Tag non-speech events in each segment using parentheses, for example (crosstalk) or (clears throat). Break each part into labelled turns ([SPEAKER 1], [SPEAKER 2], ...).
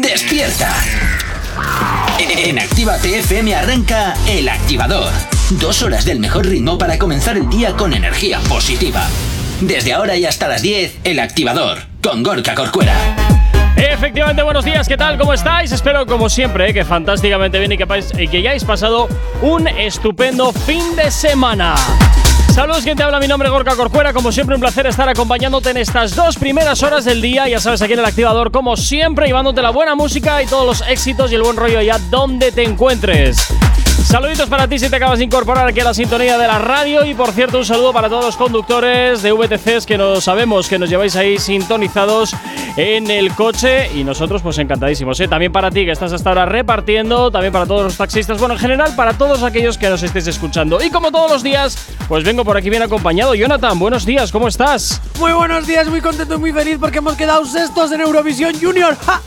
[SPEAKER 1] despierta. En Activa TFM arranca El Activador. Dos horas del mejor ritmo para comenzar el día con energía positiva. Desde ahora y hasta las 10, El Activador, con Gorka Corcuera.
[SPEAKER 2] Efectivamente, buenos días, ¿qué tal? ¿Cómo estáis? Espero, como siempre, eh, que fantásticamente bien y que, pais- y que hayáis pasado un estupendo fin de semana. Saludos, quien te habla, mi nombre es Gorka Corcuera. Como siempre, un placer estar acompañándote en estas dos primeras horas del día. Ya sabes, aquí en el activador, como siempre, llevándote la buena música y todos los éxitos y el buen rollo ya donde te encuentres. Saluditos para ti si te acabas de incorporar aquí a la sintonía de la radio y por cierto un saludo para todos los conductores de VTCs que nos sabemos que nos lleváis ahí sintonizados en el coche y nosotros pues encantadísimos. ¿eh? También para ti que estás hasta ahora repartiendo, también para todos los taxistas, bueno en general para todos aquellos que nos estéis escuchando. Y como todos los días pues vengo por aquí bien acompañado. Jonathan, buenos días, ¿cómo estás?
[SPEAKER 3] Muy buenos días, muy contento y muy feliz porque hemos quedado sextos en Eurovisión Junior. ¡Ja!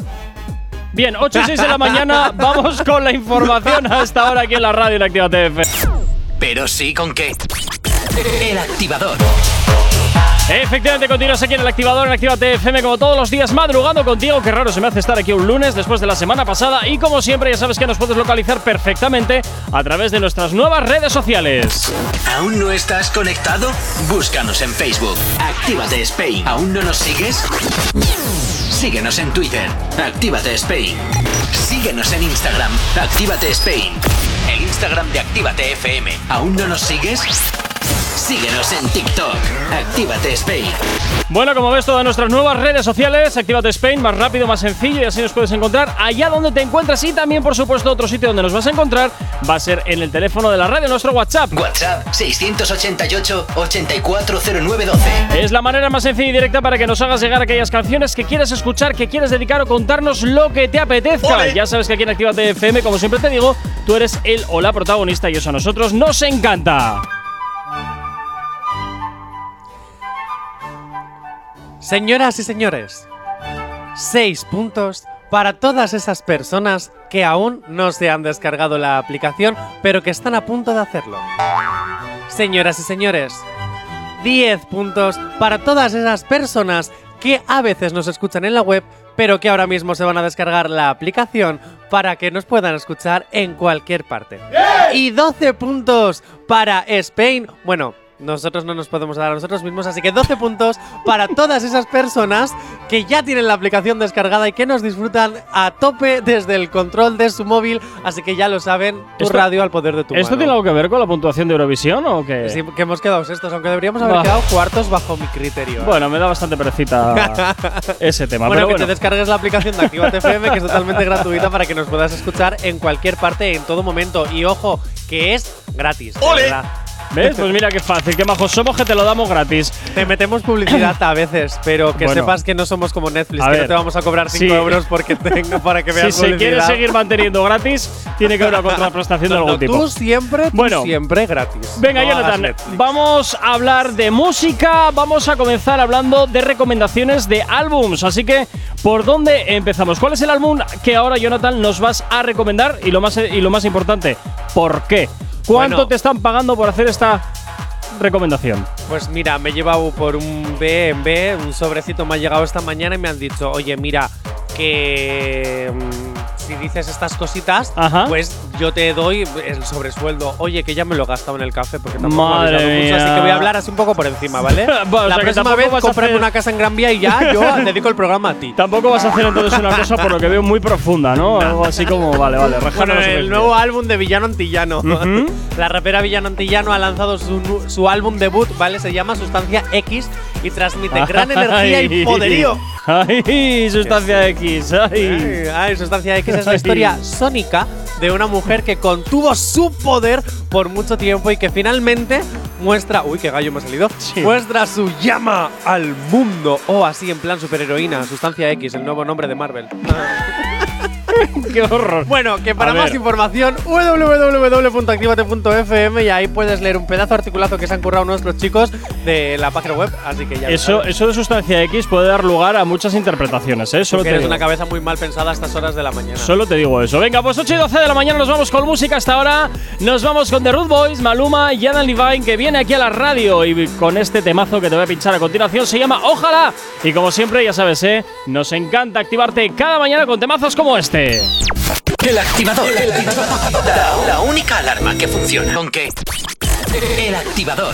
[SPEAKER 2] Bien, 8 y 6 de la mañana, vamos con la información hasta ahora aquí en la radio en Activa TF.
[SPEAKER 1] Pero sí con qué. El Activador.
[SPEAKER 2] Efectivamente, continúas aquí en el activador en Activa FM como todos los días, madrugando contigo. Qué raro se me hace estar aquí un lunes después de la semana pasada. Y como siempre, ya sabes que nos puedes localizar perfectamente a través de nuestras nuevas redes sociales.
[SPEAKER 1] ¿Aún no estás conectado? Búscanos en Facebook. Actívate Spain. ¿Aún no nos sigues? Síguenos en Twitter. Actívate Spain. Síguenos en Instagram. Actívate Spain. El Instagram de Actívate FM. ¿Aún no nos sigues? Síguenos en TikTok. Actívate Spain.
[SPEAKER 2] Bueno, como ves, todas nuestras nuevas redes sociales, Actívate Spain, más rápido, más sencillo y así nos puedes encontrar allá donde te encuentras. Y también, por supuesto, otro sitio donde nos vas a encontrar va a ser en el teléfono de la radio, nuestro WhatsApp.
[SPEAKER 1] WhatsApp 688 840912.
[SPEAKER 2] Es la manera más sencilla y directa para que nos hagas llegar aquellas canciones que quieras escuchar, que quieres dedicar o contarnos lo que te apetezca.
[SPEAKER 1] ¡Ole!
[SPEAKER 2] Ya sabes que aquí en Actívate FM, como siempre te digo, tú eres el o la protagonista y eso a nosotros nos encanta.
[SPEAKER 3] Señoras y señores, seis puntos para todas esas personas que aún no se han descargado la aplicación, pero que están a punto de hacerlo. Señoras y señores, 10 puntos para todas esas personas que a veces nos escuchan en la web, pero que ahora mismo se van a descargar la aplicación para que nos puedan escuchar en cualquier parte. Y 12 puntos para Spain. Bueno, nosotros no nos podemos dar a nosotros mismos, así que 12 puntos para todas esas personas que ya tienen la aplicación descargada y que nos disfrutan a tope desde el control de su móvil, así que ya lo saben, tu
[SPEAKER 2] Esto-
[SPEAKER 3] radio al poder de tu
[SPEAKER 2] ¿Esto
[SPEAKER 3] mano.
[SPEAKER 2] tiene algo que ver con la puntuación de Eurovisión o qué?
[SPEAKER 3] Sí, que hemos quedado sextos, aunque deberíamos haber
[SPEAKER 2] Bah.
[SPEAKER 3] quedado cuartos bajo mi criterio. ¿eh?
[SPEAKER 2] Bueno, me da bastante
[SPEAKER 3] (laughs)
[SPEAKER 2] perecita ese tema,
[SPEAKER 3] Bueno,
[SPEAKER 2] pero
[SPEAKER 3] que
[SPEAKER 2] bueno.
[SPEAKER 3] te descargues la aplicación de Actívate FM, que es totalmente gratuita para que nos puedas escuchar en cualquier parte, en todo momento. Y ojo, que es gratis. de verdad.
[SPEAKER 2] ¿Ves? Pues mira qué fácil, qué majos somos que te lo damos gratis.
[SPEAKER 3] Te metemos publicidad a veces, pero que
[SPEAKER 2] Bueno.
[SPEAKER 3] sepas que no somos como Netflix,
[SPEAKER 2] A
[SPEAKER 3] que
[SPEAKER 2] ver,
[SPEAKER 3] no te vamos a cobrar 5
[SPEAKER 2] sí.
[SPEAKER 3] euros porque
[SPEAKER 2] (laughs)
[SPEAKER 3] tengo para que
[SPEAKER 2] Si
[SPEAKER 3] veas
[SPEAKER 2] se quiere
[SPEAKER 3] publicidad.
[SPEAKER 2] seguir manteniendo gratis, tiene que haber
[SPEAKER 3] (laughs)
[SPEAKER 2] una contraprestación de
[SPEAKER 3] No,
[SPEAKER 2] algún tipo.
[SPEAKER 3] Tú siempre, tú
[SPEAKER 2] Bueno.
[SPEAKER 3] siempre gratis.
[SPEAKER 2] Venga,
[SPEAKER 3] No hagas
[SPEAKER 2] Jonathan,
[SPEAKER 3] Netflix.
[SPEAKER 2] vamos a hablar de música, vamos a comenzar hablando de recomendaciones de álbums, así que ¿por dónde empezamos? ¿Cuál es el álbum que ahora Jonathan nos vas a recomendar y lo más y lo más importante, por qué? ¿Cuánto
[SPEAKER 3] Bueno.
[SPEAKER 2] te están pagando por hacer esta recomendación?
[SPEAKER 3] Pues mira, me he llevado por un B en B, un sobrecito me ha llegado esta mañana y me han dicho, oye, mira, que mm, si dices estas cositas,
[SPEAKER 2] Ajá.
[SPEAKER 3] pues yo te doy el sobresueldo. Oye, que ya me lo he gastado en el café porque tampoco me ha
[SPEAKER 2] Madre
[SPEAKER 3] avisado mucho,
[SPEAKER 2] mía.
[SPEAKER 3] así que voy a hablar así un poco por
[SPEAKER 2] (laughs)
[SPEAKER 3] encima, ¿vale?
[SPEAKER 2] Bueno, o sea,
[SPEAKER 3] La
[SPEAKER 2] que
[SPEAKER 3] próxima
[SPEAKER 2] tampoco
[SPEAKER 3] vez
[SPEAKER 2] vas a
[SPEAKER 3] cómprame
[SPEAKER 2] hacer-
[SPEAKER 3] una casa en Gran Vía y ya
[SPEAKER 2] (laughs)
[SPEAKER 3] yo dedico el programa a ti.
[SPEAKER 2] Tampoco vas a hacer entonces una cosa por lo que veo muy profunda, ¿no? Algo así como, vale, vale,
[SPEAKER 3] Bueno,
[SPEAKER 2] rajándonos un
[SPEAKER 3] el
[SPEAKER 2] poquito.
[SPEAKER 3] nuevo álbum de Villano Antillano.
[SPEAKER 2] Ujú.
[SPEAKER 3] (laughs) La rapera Villano Antillano ha lanzado su, nu- su álbum debut, ¿vale? Se llama Sustancia X y
[SPEAKER 2] (laughs)
[SPEAKER 3] transmite gran energía y
[SPEAKER 2] Ay.
[SPEAKER 3] poderío.
[SPEAKER 2] Ay, sustancia X, ay.
[SPEAKER 3] Ay, ay, Sustancia X es la
[SPEAKER 2] Ay.
[SPEAKER 3] historia sónica de una mujer que contuvo su poder por mucho tiempo y que finalmente muestra. Uy, qué gallo me ha salido.
[SPEAKER 2] Sí.
[SPEAKER 3] Muestra su llama al Oh, mundo. O así en plan superheroína. Sustancia X, el nuevo nombre de Marvel.
[SPEAKER 2] ¡Qué horror!
[SPEAKER 3] Bueno, que para
[SPEAKER 2] A
[SPEAKER 3] más
[SPEAKER 2] ver.
[SPEAKER 3] información, www.activate.fm y ahí puedes leer un pedazo de articulazo que se han currado nuestros chicos de la página web, así que ya lo
[SPEAKER 2] Eso,
[SPEAKER 3] sabes.
[SPEAKER 2] eso de sustancia X puede dar lugar a muchas interpretaciones, ¿eh?
[SPEAKER 3] Tú
[SPEAKER 2] Solo
[SPEAKER 3] que
[SPEAKER 2] te,
[SPEAKER 3] eres
[SPEAKER 2] digo.
[SPEAKER 3] una cabeza muy mal pensada a estas horas de la mañana.
[SPEAKER 2] Solo te digo eso. Venga, pues 8 y 12 de la mañana nos vamos con música hasta ahora. Nos vamos con The Root Boys, Maluma y Adam Levine, que viene aquí a la radio y con este temazo que te voy a pinchar a continuación se llama Ojalá. Y como siempre, ya sabes, ¿eh? Nos encanta activarte cada mañana con temazos como este.
[SPEAKER 1] El activador. El activador. La, la única alarma que funciona. ¿Con qué? El activador.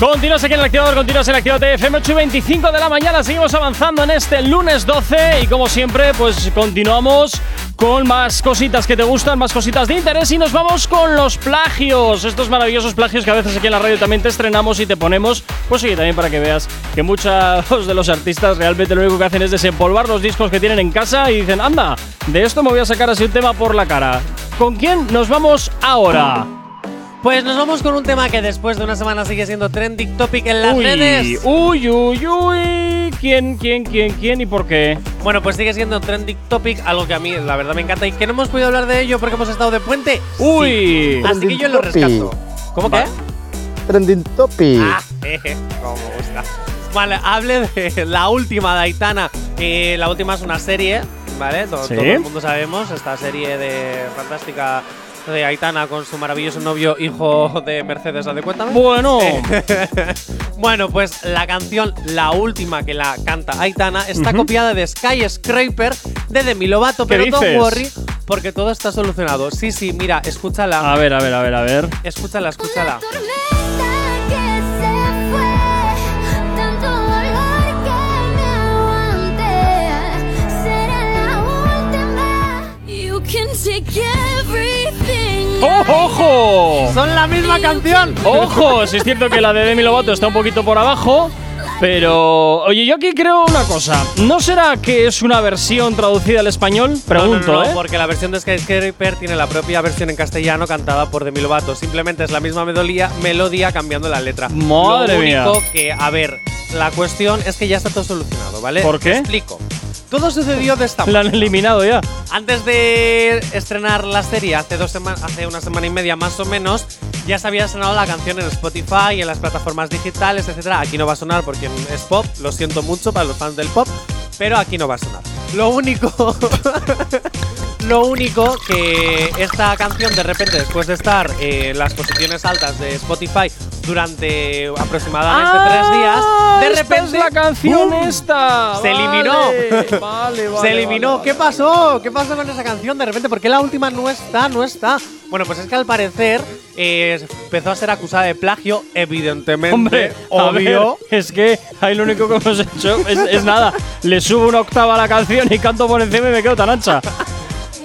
[SPEAKER 2] Continuas aquí en el activador, continuas en activador FM 8 y 25 de la mañana. Seguimos avanzando en este lunes 12 y como siempre, pues continuamos con más cositas que te gustan, más cositas de interés y nos vamos con los plagios. Estos maravillosos plagios que a veces aquí en la radio también te estrenamos y te ponemos. Pues oye, también para que veas que muchos de los artistas realmente lo único que hacen es desempolvar los discos que tienen en casa y dicen, anda, de esto me voy a sacar así un tema por la cara. ¿Con quién nos vamos ahora?
[SPEAKER 3] Pues nos vamos con un tema que después de una semana sigue siendo trending topic en las
[SPEAKER 2] uy,
[SPEAKER 3] redes.
[SPEAKER 2] Uy, uy, uy. ¿Quién, quién, quién, quién y por qué?
[SPEAKER 3] Bueno, pues sigue siendo trending topic, algo que a mí la verdad me encanta y que no hemos podido hablar de ello porque hemos estado de puente.
[SPEAKER 2] Uy.
[SPEAKER 3] Así que yo lo rescato. ¿Cómo que?
[SPEAKER 2] Va.
[SPEAKER 4] Trending Topic.
[SPEAKER 3] Ah, jeje, cómo me gusta. Vale, hable de la última de Aitana. Eh, la última es una serie, ¿vale? To- Todo,
[SPEAKER 2] Sí.
[SPEAKER 3] el mundo sabemos, esta serie de fantástica de Aitana con su maravilloso novio, hijo de Mercedes, ¿la de Cuéntame?
[SPEAKER 2] Bueno.
[SPEAKER 3] (laughs) Bueno, pues la canción, la última que la canta Aitana, está copiada de Skyscraper de Demi Lovato,
[SPEAKER 2] ¿Qué
[SPEAKER 3] pero no
[SPEAKER 2] dices?
[SPEAKER 3] worry, porque todo está solucionado. Sí, sí, mira, escúchala,
[SPEAKER 2] A ver, a ver, a ver, a ver.
[SPEAKER 3] escúchala, escúchala.
[SPEAKER 5] tormenta que se fue, tanto dolor que me aguanté. Será la última. You can take everything.
[SPEAKER 2] ¡Oh, ¡Ojo!
[SPEAKER 3] ¡Son la misma canción!
[SPEAKER 2] ¡Ojo! Si es cierto que la de Demi Lovato está un poquito por abajo. Pero, oye, yo aquí creo una cosa. ¿No será que es una versión traducida al español?
[SPEAKER 3] No, no,
[SPEAKER 2] Pregunto,
[SPEAKER 3] no, no,
[SPEAKER 2] ¿eh?
[SPEAKER 3] porque la versión de Skyscraper tiene la propia versión en castellano cantada por Demi Lovato. Simplemente es la misma melodía, melodía cambiando la letra.
[SPEAKER 2] Madre
[SPEAKER 3] Lo
[SPEAKER 2] mía.
[SPEAKER 3] único que, a ver, la cuestión es que ya está todo solucionado, ¿vale?
[SPEAKER 2] ¿Por
[SPEAKER 3] Te
[SPEAKER 2] qué?
[SPEAKER 3] explico. Todo sucedió de esta
[SPEAKER 2] La han eliminado ya.
[SPEAKER 3] Antes de estrenar la serie, hace, dos sema- hace una semana y media más o menos, ya se había sonado la canción en Spotify, en las plataformas digitales, etc. Aquí no va a sonar porque es pop, lo siento mucho para los fans del pop, pero aquí no va a sonar. Lo único. (laughs) Lo único que esta canción de repente, después de estar eh, en las posiciones altas de Spotify durante aproximadamente
[SPEAKER 2] Ah,
[SPEAKER 3] este tres días, de
[SPEAKER 2] esta
[SPEAKER 3] repente
[SPEAKER 2] es la canción
[SPEAKER 3] ¡pum!
[SPEAKER 2] esta.
[SPEAKER 3] Se eliminó. (laughs)
[SPEAKER 2] Vale, vale, vale,
[SPEAKER 3] Se eliminó.
[SPEAKER 2] vale,
[SPEAKER 3] ¿Qué
[SPEAKER 2] vale.
[SPEAKER 3] pasó? ¿Qué pasó con esa canción de repente? ¿Por qué la última no está? No está. Bueno, pues es que al parecer eh, empezó a ser acusada de plagio, evidentemente.
[SPEAKER 2] Hombre, a
[SPEAKER 3] obvio.
[SPEAKER 2] ver, es que ahí lo único que hemos hecho es, es nada. Le subo una octava a la canción y canto por encima y me quedo tan ancha.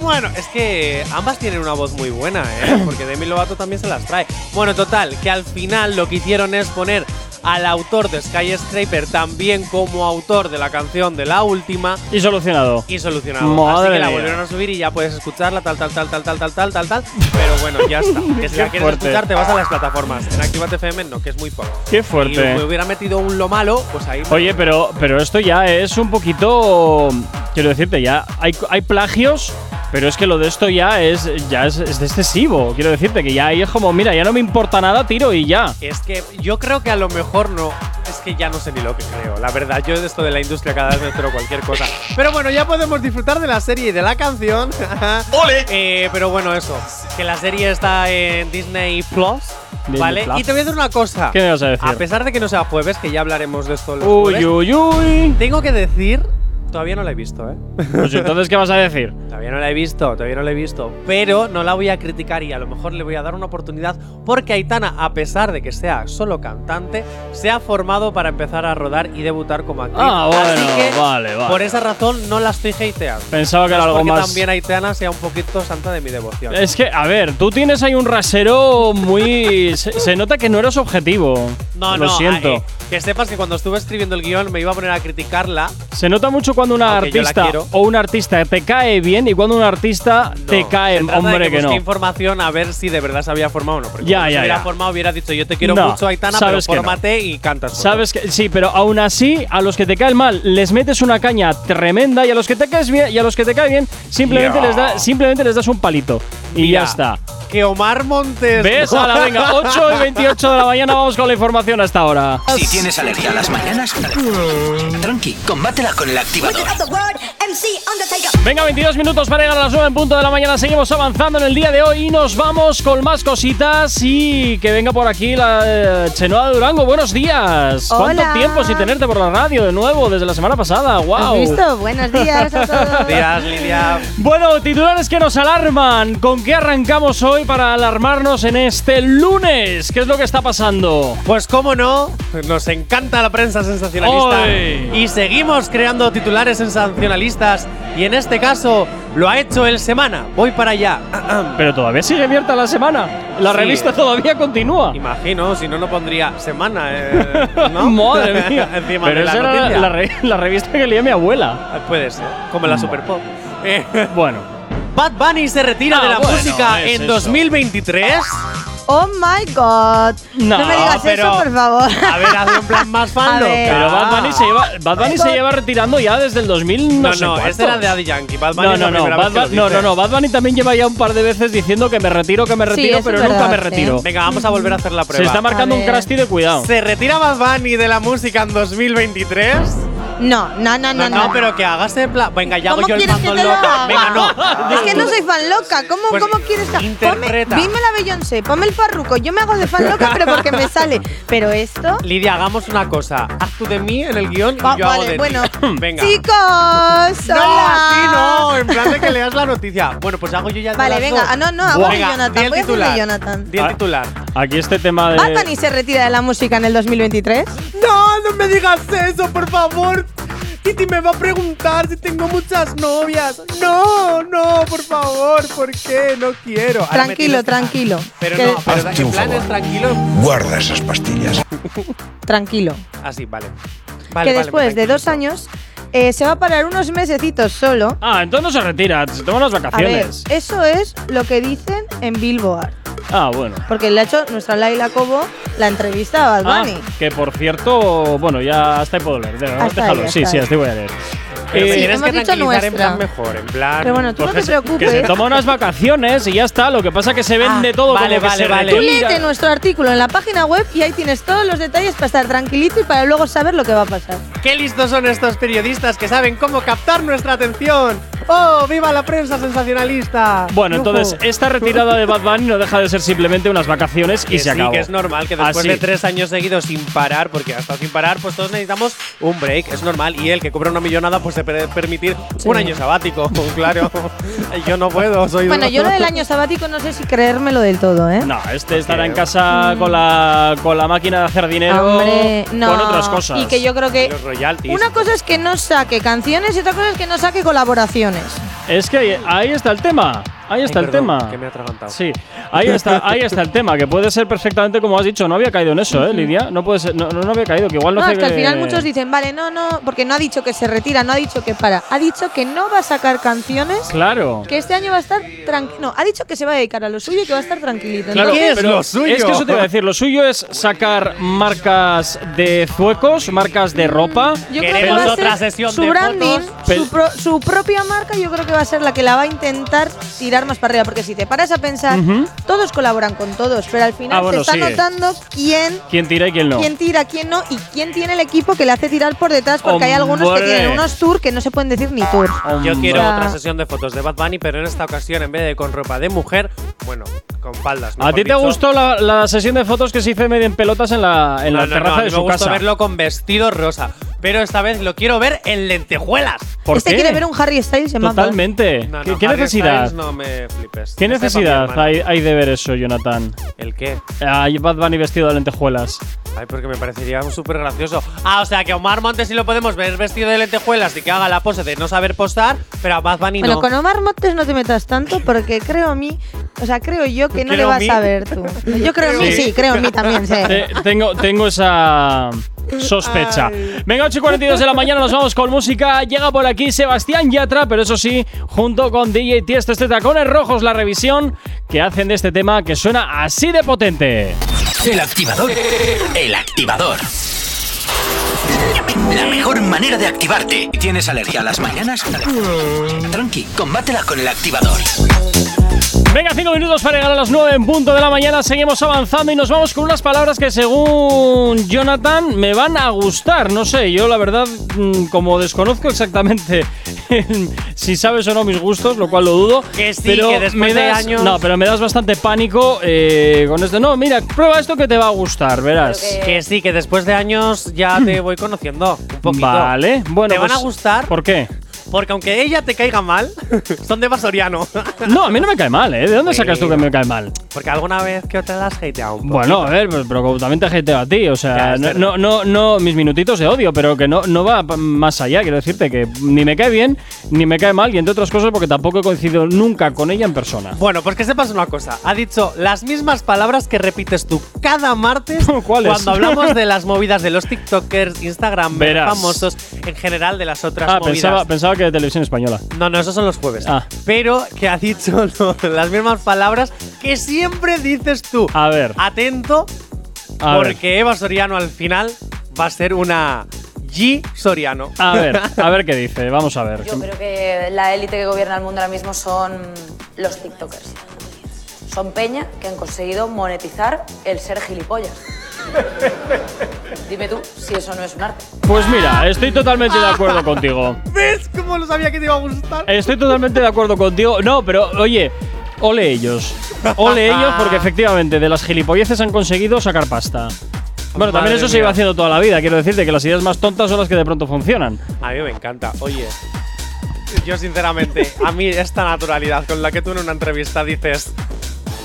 [SPEAKER 3] Bueno, es que ambas tienen una voz muy buena, ¿eh? Porque Demi Lovato también se las trae. Bueno, total, que al final lo que hicieron es poner al autor de Skyscraper también como autor de la canción de la última
[SPEAKER 2] Y solucionado.
[SPEAKER 3] y solucionado.
[SPEAKER 2] Madre
[SPEAKER 3] Así que la
[SPEAKER 2] mía.
[SPEAKER 3] volvieron a subir y ya puedes escucharla, tal, tal, tal, tal, tal, tal, tal, tal, tal. Pero bueno,
[SPEAKER 2] (laughs)
[SPEAKER 3] ya está. Que si la
[SPEAKER 2] Qué
[SPEAKER 3] quieres
[SPEAKER 2] fuerte.
[SPEAKER 3] escuchar, te vas a las plataformas. En Activate FM no, que es muy poco.
[SPEAKER 2] Qué
[SPEAKER 3] Y me
[SPEAKER 2] fuerte.
[SPEAKER 3] hubiera metido un lo malo, pues ahí. me-
[SPEAKER 2] Oye, pero, pero esto ya es un poquito. Quiero decirte, ya hay, hay plagios. Pero es que lo de esto ya es ya es, es excesivo. Quiero decirte que ya ahí es como, mira, ya no me importa nada, tiro y ya.
[SPEAKER 3] Es que yo creo que a lo mejor no. Es que ya no sé ni lo que creo. La verdad, yo de esto de la industria cada vez me entero cualquier cosa. Pero bueno, ya podemos disfrutar de la serie y de la canción. (laughs)
[SPEAKER 1] ¡Ole!
[SPEAKER 3] Eh, pero bueno, eso. Que la serie está en Disney Plus.
[SPEAKER 2] Disney
[SPEAKER 3] ¿Vale?
[SPEAKER 2] Plus.
[SPEAKER 3] Y te voy a decir una cosa.
[SPEAKER 2] ¿Qué me vas a
[SPEAKER 3] A
[SPEAKER 2] decir?
[SPEAKER 3] pesar de que no sea jueves, que ya hablaremos de esto los
[SPEAKER 2] Uy,
[SPEAKER 3] jueves,
[SPEAKER 2] uy, uy.
[SPEAKER 3] Tengo que decir, todavía no la he visto, ¿eh?
[SPEAKER 2] Pues entonces, ¿qué vas a decir?
[SPEAKER 3] Todavía no la he visto, todavía no la he visto. Pero no la voy a criticar y a lo mejor le voy a dar una oportunidad porque Aitana, a pesar de que sea solo cantante, se ha formado para empezar a rodar y debutar como actriz.
[SPEAKER 2] Ah, bueno,
[SPEAKER 3] Así que,
[SPEAKER 2] vale, vale.
[SPEAKER 3] Por esa razón no la estoy hateando.
[SPEAKER 2] Pensaba que era algo
[SPEAKER 3] Pues porque
[SPEAKER 2] más.
[SPEAKER 3] también Aitana sea un poquito santa de mi devoción.
[SPEAKER 2] Es que, a ver, tú tienes ahí un rasero muy. se, se nota que no eres objetivo.
[SPEAKER 3] no,
[SPEAKER 2] Lo
[SPEAKER 3] no, ah,
[SPEAKER 2] siento.
[SPEAKER 3] eh, que sepas que cuando estuve escribiendo el guión me iba a poner a criticarla
[SPEAKER 2] Se nota mucho cuando una
[SPEAKER 3] Aunque yo la
[SPEAKER 2] artista
[SPEAKER 3] quiero.
[SPEAKER 2] o un artista te cae bien y cuando un artista te
[SPEAKER 3] No,
[SPEAKER 2] cae,
[SPEAKER 3] se trata de
[SPEAKER 2] hombre que
[SPEAKER 3] busque
[SPEAKER 2] no.
[SPEAKER 3] información a ver si de verdad se había formado o no. Porque
[SPEAKER 2] Ya,
[SPEAKER 3] como se
[SPEAKER 2] ya,
[SPEAKER 3] hubiera
[SPEAKER 2] ya.
[SPEAKER 3] formado, hubiera dicho yo te quiero
[SPEAKER 2] No,
[SPEAKER 3] mucho, Aitana,
[SPEAKER 2] sabes que
[SPEAKER 3] pero
[SPEAKER 2] no.
[SPEAKER 3] fórmate y cantas. solo.
[SPEAKER 2] Sabes que sí, pero aún así a los que te caen mal les metes una caña tremenda y a los que te caes bien y a los que te cae bien simplemente
[SPEAKER 3] Ya.
[SPEAKER 2] les da, simplemente les das un palito y
[SPEAKER 3] Mira,
[SPEAKER 2] ya está.
[SPEAKER 3] Que Omar Montes. (laughs)
[SPEAKER 2] ¿Ves?
[SPEAKER 3] no-
[SPEAKER 2] Ala, venga, 8 y 28 de la mañana vamos con la información hasta ahora.
[SPEAKER 1] Si tienes alergia a las mañanas, tranqui, combátela con el activador.
[SPEAKER 6] Of the word, MC Undertaker.
[SPEAKER 2] Venga, 22 minutos para llegar a las 9 en punto de la mañana. Seguimos avanzando en el día de hoy y nos vamos con más cositas. Y que venga por aquí la eh, Chenoa de Durango. Buenos días.
[SPEAKER 6] Hola.
[SPEAKER 2] ¿Cuánto tiempo sin tenerte por la radio de nuevo desde la semana pasada?
[SPEAKER 6] ¿Has
[SPEAKER 2] ¡Wow!
[SPEAKER 6] visto? Buenos días
[SPEAKER 3] (laughs)
[SPEAKER 6] a todos.
[SPEAKER 3] Días, Lidia.
[SPEAKER 2] Bueno, titulares que nos alarman. ¿Con qué arrancamos hoy para alarmarnos en este lunes? ¿Qué es lo que está pasando?
[SPEAKER 3] Pues cómo no, nos encanta la prensa sensacionalista
[SPEAKER 2] ¡Ay!
[SPEAKER 3] y seguimos creando titulares sensacionalistas y en este caso lo ha hecho el Semana. Voy para allá. Ah,
[SPEAKER 2] Pero todavía sigue abierta la semana. La
[SPEAKER 3] Sí,
[SPEAKER 2] revista
[SPEAKER 3] eh.
[SPEAKER 2] todavía continúa.
[SPEAKER 3] Imagino, si no, no pondría Semana,
[SPEAKER 2] (laughs)
[SPEAKER 3] eh, ¿no?
[SPEAKER 2] Madre
[SPEAKER 3] (laughs)
[SPEAKER 2] mía.
[SPEAKER 3] Encima
[SPEAKER 2] Pero
[SPEAKER 3] de la
[SPEAKER 2] esa era
[SPEAKER 3] noticia.
[SPEAKER 2] la, re- Mm. la revista que leía mi abuela.
[SPEAKER 3] Ah, Puede ser, como la Super
[SPEAKER 2] (laughs)
[SPEAKER 3] Pop. Eh,
[SPEAKER 2] Bueno.
[SPEAKER 3] Bad Bunny se retira
[SPEAKER 2] Ah,
[SPEAKER 3] de la
[SPEAKER 2] bueno,
[SPEAKER 3] música
[SPEAKER 2] es
[SPEAKER 3] en
[SPEAKER 2] eso.
[SPEAKER 3] 2023.
[SPEAKER 6] Oh my god.
[SPEAKER 2] No,
[SPEAKER 6] No, me digas
[SPEAKER 3] Ah, pero-
[SPEAKER 6] eso, por favor.
[SPEAKER 3] A ver, hazle un
[SPEAKER 2] (laughs)
[SPEAKER 3] plan más fan
[SPEAKER 6] A ver.
[SPEAKER 3] loca.
[SPEAKER 2] Pero Bad Bunny, se lleva, Bad Bunny se lleva retirando ya desde el 2000 no,
[SPEAKER 3] No,
[SPEAKER 2] sé
[SPEAKER 3] no,
[SPEAKER 2] cuánto.
[SPEAKER 3] ese era de Daddy Yankee. Bad Bunny
[SPEAKER 2] no,
[SPEAKER 3] es
[SPEAKER 2] no,
[SPEAKER 3] la
[SPEAKER 2] no,
[SPEAKER 3] primera
[SPEAKER 2] Bad
[SPEAKER 3] vez que lo
[SPEAKER 2] Bunny- no, no,
[SPEAKER 3] dice.
[SPEAKER 2] no, Bad Bunny también lleva ya un par de veces diciendo que me retiro, que me
[SPEAKER 6] Sí,
[SPEAKER 2] retiro,
[SPEAKER 6] eso
[SPEAKER 2] pero
[SPEAKER 6] es
[SPEAKER 2] nunca
[SPEAKER 6] verdad,
[SPEAKER 2] me
[SPEAKER 6] sí.
[SPEAKER 2] retiro.
[SPEAKER 3] Venga, vamos a volver a hacer la
[SPEAKER 2] Se
[SPEAKER 3] prueba.
[SPEAKER 2] está marcando
[SPEAKER 6] A
[SPEAKER 2] un
[SPEAKER 6] ver.
[SPEAKER 2] crusty de cuidado.
[SPEAKER 3] ¿Se retira Bad Bunny de la música en 2023?
[SPEAKER 6] No, no, no, no. no.
[SPEAKER 3] pero que hagas el plan. Venga, ya hago
[SPEAKER 6] ¿Cómo
[SPEAKER 3] yo el
[SPEAKER 6] quieres que
[SPEAKER 3] mando
[SPEAKER 6] te lo
[SPEAKER 3] loca.
[SPEAKER 6] haga?
[SPEAKER 3] Venga, no.
[SPEAKER 6] Es que
[SPEAKER 3] (laughs)
[SPEAKER 6] no soy fan loca. ¿Cómo,
[SPEAKER 3] Pues
[SPEAKER 6] cómo quieres que
[SPEAKER 3] interpreta.
[SPEAKER 6] Ponme, dime la Beyoncé, ponme el farruco. Yo me hago de fan loca, pero porque me sale. Pero esto.
[SPEAKER 3] Lidia, hagamos una cosa. Haz tú de mí en el guión y
[SPEAKER 6] Va-
[SPEAKER 3] yo hago
[SPEAKER 6] vale,
[SPEAKER 3] de ti.
[SPEAKER 6] bueno.
[SPEAKER 3] (laughs) Venga.
[SPEAKER 6] Chicos,
[SPEAKER 3] no,
[SPEAKER 6] hola.
[SPEAKER 3] a ti no. En plan de que leas la noticia. Bueno, pues hago yo ya de
[SPEAKER 6] Vale,
[SPEAKER 3] las
[SPEAKER 6] venga.
[SPEAKER 3] dos.
[SPEAKER 6] Ah, no, no, hago
[SPEAKER 3] Buah.
[SPEAKER 6] de
[SPEAKER 3] Venga,
[SPEAKER 6] Jonathan,
[SPEAKER 3] di el
[SPEAKER 6] voy a hacer de
[SPEAKER 3] titular.
[SPEAKER 6] Jonathan.
[SPEAKER 3] Di el
[SPEAKER 2] Ah.
[SPEAKER 3] titular.
[SPEAKER 2] Aquí este tema de.
[SPEAKER 6] Bad Bunny Ah, se retira de la música en el 2023.
[SPEAKER 3] No, no me digas eso, por favor. Titi me va a preguntar si tengo muchas novias. No, no, por favor, ¿por qué? No quiero. Ahora me
[SPEAKER 6] Tranquilo,
[SPEAKER 3] tienes que-
[SPEAKER 6] tranquilo.
[SPEAKER 3] Pero
[SPEAKER 6] Que-
[SPEAKER 3] no, pero
[SPEAKER 7] Hazte
[SPEAKER 3] en
[SPEAKER 7] un
[SPEAKER 3] plan
[SPEAKER 7] favor.
[SPEAKER 3] es tranquilo.
[SPEAKER 7] Guarda esas pastillas.
[SPEAKER 6] Tranquilo.
[SPEAKER 3] Así, Ah, vale. Vale,
[SPEAKER 6] que
[SPEAKER 3] vale,
[SPEAKER 6] después
[SPEAKER 3] me
[SPEAKER 6] de dos
[SPEAKER 3] tranquilizo.
[SPEAKER 6] años eh, se va a parar unos mesecitos solo.
[SPEAKER 2] Ah, entonces no se retira, se toma unas
[SPEAKER 6] A ver, eh.
[SPEAKER 2] vacaciones.
[SPEAKER 6] eso es lo que dicen en Billboard.
[SPEAKER 2] Ah, bueno.
[SPEAKER 6] Porque le ha hecho nuestra Laila Cobo la entrevista a Bad
[SPEAKER 2] Ah,
[SPEAKER 6] Bunny.
[SPEAKER 2] que por cierto, bueno, ya hasta ahí puedo leer. Déjalo,
[SPEAKER 6] Hasta ahí,
[SPEAKER 2] déjalo. sí,
[SPEAKER 6] hasta
[SPEAKER 2] sí,
[SPEAKER 6] ahí.
[SPEAKER 2] hasta ahí voy a leer. Eh,
[SPEAKER 3] Pero me
[SPEAKER 6] Sí,
[SPEAKER 3] tienes
[SPEAKER 6] hemos
[SPEAKER 3] que
[SPEAKER 6] dicho
[SPEAKER 3] tranquilizar en
[SPEAKER 6] nuestra.
[SPEAKER 3] plan mejor, en plan.
[SPEAKER 6] Pero bueno, tú no
[SPEAKER 2] Porque
[SPEAKER 6] te
[SPEAKER 2] se- Que se
[SPEAKER 6] preocupes.
[SPEAKER 2] toma unas vacaciones y ya está. Lo que pasa es que se vende
[SPEAKER 3] Ah,
[SPEAKER 2] todo
[SPEAKER 3] vale,
[SPEAKER 2] como que
[SPEAKER 3] vale,
[SPEAKER 2] se
[SPEAKER 3] vale.
[SPEAKER 6] Tú
[SPEAKER 2] retira.
[SPEAKER 6] léete nuestro artículo en la página web y ahí tienes todos los detalles para estar tranquilito y para luego saber lo que va a pasar.
[SPEAKER 3] Qué listos son estos periodistas que saben cómo captar nuestra atención. ¡Oh, viva la prensa sensacionalista!
[SPEAKER 2] Bueno,
[SPEAKER 3] Yujú.
[SPEAKER 2] entonces, eh, esta retirada de Bad Bunny no deja de ser simplemente unas vacaciones y
[SPEAKER 3] Que
[SPEAKER 2] se
[SPEAKER 3] sí,
[SPEAKER 2] acabó.
[SPEAKER 3] que es normal que después
[SPEAKER 2] Así.
[SPEAKER 3] de tres años seguidos sin parar, porque hasta sin parar, pues todos necesitamos un break, es normal. Y él que cobra una millonada, pues se puede permitir
[SPEAKER 6] Sí.
[SPEAKER 3] un año sabático, (laughs) claro. yo no puedo, soy
[SPEAKER 6] Bueno,
[SPEAKER 3] duro.
[SPEAKER 6] yo lo del año sabático no sé si creérmelo del todo, ¿eh?
[SPEAKER 2] No, este estará en casa con la, con la máquina de hacer dinero,
[SPEAKER 6] Hombre, no.
[SPEAKER 2] con otras cosas.
[SPEAKER 6] Y que yo creo que
[SPEAKER 3] Los royalties.
[SPEAKER 6] una cosa es que no saque canciones y otra cosa es que no saque colaboraciones.
[SPEAKER 2] Es que ahí está el tema. Ahí está
[SPEAKER 3] Ay,
[SPEAKER 2] el
[SPEAKER 3] perdón,
[SPEAKER 2] tema.
[SPEAKER 3] Que me he atragantado.
[SPEAKER 2] Sí, ahí está, ahí está el tema, que puede ser perfectamente como has dicho. No había caído en eso, ¿eh, Lidia? No, puede ser- no, no, no había caído, que igual no
[SPEAKER 6] No,
[SPEAKER 2] hace
[SPEAKER 6] es que al final
[SPEAKER 2] que-
[SPEAKER 6] muchos dicen, vale, no, no, porque no ha dicho que se retira, no ha dicho que para, ha dicho que no va a sacar canciones,
[SPEAKER 2] Claro.
[SPEAKER 6] que este año va a estar tranquilo. No, ha dicho que se va a dedicar a lo suyo y que va a estar tranquilito.
[SPEAKER 2] Claro,
[SPEAKER 6] Entonces,
[SPEAKER 3] ¿Qué es
[SPEAKER 2] pero
[SPEAKER 3] lo suyo?
[SPEAKER 2] Es que eso te iba a decir. Lo suyo es sacar marcas de zuecos, marcas de ropa.
[SPEAKER 6] yo creo que
[SPEAKER 3] Queremos
[SPEAKER 6] va a ser
[SPEAKER 3] otra sesión
[SPEAKER 6] su
[SPEAKER 3] de
[SPEAKER 6] branding,
[SPEAKER 3] fotos.
[SPEAKER 2] Pero-
[SPEAKER 6] su, pro- su propia marca, yo creo que va a ser la que la va a intentar tirar más para arriba. Porque si te paras a pensar,
[SPEAKER 2] Ujú.
[SPEAKER 6] todos colaboran con todos, pero al final
[SPEAKER 2] Ah, bueno,
[SPEAKER 6] se
[SPEAKER 2] sí.
[SPEAKER 6] está notando quién
[SPEAKER 2] ¿Quién tira y quién no?
[SPEAKER 6] quién tira, quién no y quién tiene el equipo que le hace tirar por detrás, porque hay algunos que
[SPEAKER 2] Hombre.
[SPEAKER 6] tienen unos tours que no se pueden decir ni tour.
[SPEAKER 2] Hombre.
[SPEAKER 3] (laughs) Yo quiero
[SPEAKER 6] Ya.
[SPEAKER 3] otra sesión de fotos de Bad Bunny, pero en esta ocasión, en vez de con ropa de mujer, bueno, con faldas.
[SPEAKER 2] ¿A
[SPEAKER 3] mejor
[SPEAKER 2] ti te
[SPEAKER 3] dicho.
[SPEAKER 2] gustó la, la sesión de fotos que se hizo medio en pelotas en la, en
[SPEAKER 3] No,
[SPEAKER 2] la
[SPEAKER 3] no, no,
[SPEAKER 2] terraza
[SPEAKER 3] a mí
[SPEAKER 2] de
[SPEAKER 3] me
[SPEAKER 2] su
[SPEAKER 3] gustó
[SPEAKER 2] casa?
[SPEAKER 3] verlo con vestido rosa, pero esta vez lo quiero ver en lentejuelas.
[SPEAKER 2] ¿Por
[SPEAKER 6] este
[SPEAKER 2] qué?
[SPEAKER 6] quiere ver un Harry Styles en Mad Dog.
[SPEAKER 2] Totalmente.
[SPEAKER 3] No,
[SPEAKER 2] ¿Qué,
[SPEAKER 3] no,
[SPEAKER 2] qué
[SPEAKER 3] Harry
[SPEAKER 2] necesidad?
[SPEAKER 3] Styles, no Este me flipes.
[SPEAKER 2] ¿Qué
[SPEAKER 3] Que sepa mi
[SPEAKER 2] necesidad
[SPEAKER 3] hermano.
[SPEAKER 2] hay, hay de ver eso, Jonathan?
[SPEAKER 3] ¿El qué?
[SPEAKER 2] Hay Bad Bunny vestido de lentejuelas.
[SPEAKER 3] Ay, porque me parecería súper gracioso. Ah, o sea, que a Omar Montes sí lo podemos ver vestido de lentejuelas y que haga la pose de no saber posar, pero a Bad Bunny
[SPEAKER 6] Bueno,
[SPEAKER 3] no.
[SPEAKER 6] con Omar Montes no te metas tanto porque creo a mí, o sea, creo yo que no
[SPEAKER 3] Creo
[SPEAKER 6] le
[SPEAKER 3] a
[SPEAKER 6] vas
[SPEAKER 3] mí.
[SPEAKER 6] a ver tú. Yo creo a mí,
[SPEAKER 2] Sí.
[SPEAKER 6] Eh. sí, creo a mí también, sí.
[SPEAKER 2] Te- tengo, tengo esa. sospecha. Venga, 8 y 42 de la mañana, nos vamos con música. Llega por aquí Sebastián Yatra, pero eso sí, junto con DJ Tiesto, este Tacones Rojos, la revisión que hacen de este tema que suena así de potente.
[SPEAKER 1] El activador. El activador. La mejor manera de activarte. ¿Tienes alergia a las mañanas? Tranqui, combátela con el activador.
[SPEAKER 2] Venga, 5 minutos para llegar a las 9 en punto de la mañana. Seguimos avanzando y nos vamos con unas palabras que, según Jonathan, me van a gustar. No sé, yo la verdad, mm, como desconozco exactamente (laughs) si sabes o no mis gustos, lo cual lo dudo.
[SPEAKER 3] Que sí, que después
[SPEAKER 2] me
[SPEAKER 3] de
[SPEAKER 2] das-
[SPEAKER 3] años-
[SPEAKER 2] No, pero me das bastante pánico eh, con este. No, mira, prueba esto que te va a gustar, verás.
[SPEAKER 3] Que sí, que después de años ya
[SPEAKER 2] (laughs)
[SPEAKER 3] te voy conociendo un poquito.
[SPEAKER 2] Vale, bueno.
[SPEAKER 3] Te van
[SPEAKER 2] pues,
[SPEAKER 3] a gustar
[SPEAKER 2] ¿Por qué?
[SPEAKER 3] porque aunque ella te caiga mal, (laughs) son de Vasoriano. (laughs)
[SPEAKER 2] No, a mí no me cae mal, ¿eh? ¿De
[SPEAKER 3] Pues
[SPEAKER 2] dónde sacas tú que
[SPEAKER 3] Bueno.
[SPEAKER 2] me cae mal?
[SPEAKER 3] porque alguna vez que otra las hateado un poco.
[SPEAKER 2] Bueno, a ver, pero, pero como también te jeteo a ti, o
[SPEAKER 3] Ya, este
[SPEAKER 2] sea,
[SPEAKER 3] es
[SPEAKER 2] no,
[SPEAKER 3] verdad.
[SPEAKER 2] no, no, no- mis minutitos de odio, pero que no, no va pa- más allá, quiero decirte que ni me cae bien, ni me cae mal, y entre otras cosas porque tampoco he coincidido nunca con ella en persona.
[SPEAKER 3] Bueno, pues que sepas una cosa. Ha dicho las mismas palabras que repites tú cada martes
[SPEAKER 2] (laughs) ¿Cuáles?
[SPEAKER 3] cuando hablamos de las movidas de los TikTokers, Instagram,
[SPEAKER 2] Verás.
[SPEAKER 3] famosos, en general de las otras
[SPEAKER 2] Ah,
[SPEAKER 3] movidas.
[SPEAKER 2] pensaba, pensaba que de televisión española.
[SPEAKER 3] No, no, esos son los jueves.
[SPEAKER 2] Ah.
[SPEAKER 3] Pero que ha dicho (laughs) no, las mismas palabras que siempre dices tú.
[SPEAKER 2] A ver,
[SPEAKER 3] Atento,
[SPEAKER 2] a ver.
[SPEAKER 3] porque Eva Soriano al final va a ser una G Soriano.
[SPEAKER 2] A ver, a ver qué dice, vamos a ver.
[SPEAKER 8] Yo creo que la élite que gobierna el mundo ahora mismo son los TikTokers. Son peña que han conseguido monetizar el ser gilipollas. Dime tú si eso no es un arte.
[SPEAKER 2] Pues mira, estoy totalmente de acuerdo contigo.
[SPEAKER 3] (laughs) ¿Ves cómo lo sabía que te iba a gustar?
[SPEAKER 2] Estoy totalmente de acuerdo contigo. No, pero oye, ole ellos. Ole ellos
[SPEAKER 3] (laughs)
[SPEAKER 2] porque efectivamente de las gilipolleces han conseguido sacar pasta. Bueno, también
[SPEAKER 3] Madre
[SPEAKER 2] eso se
[SPEAKER 3] mía.
[SPEAKER 2] iba haciendo toda la vida. Quiero decirte que las ideas más tontas son las que de pronto funcionan.
[SPEAKER 3] A mí me encanta. Oye, yo sinceramente, a mí esta naturalidad con la que tú en una entrevista dices.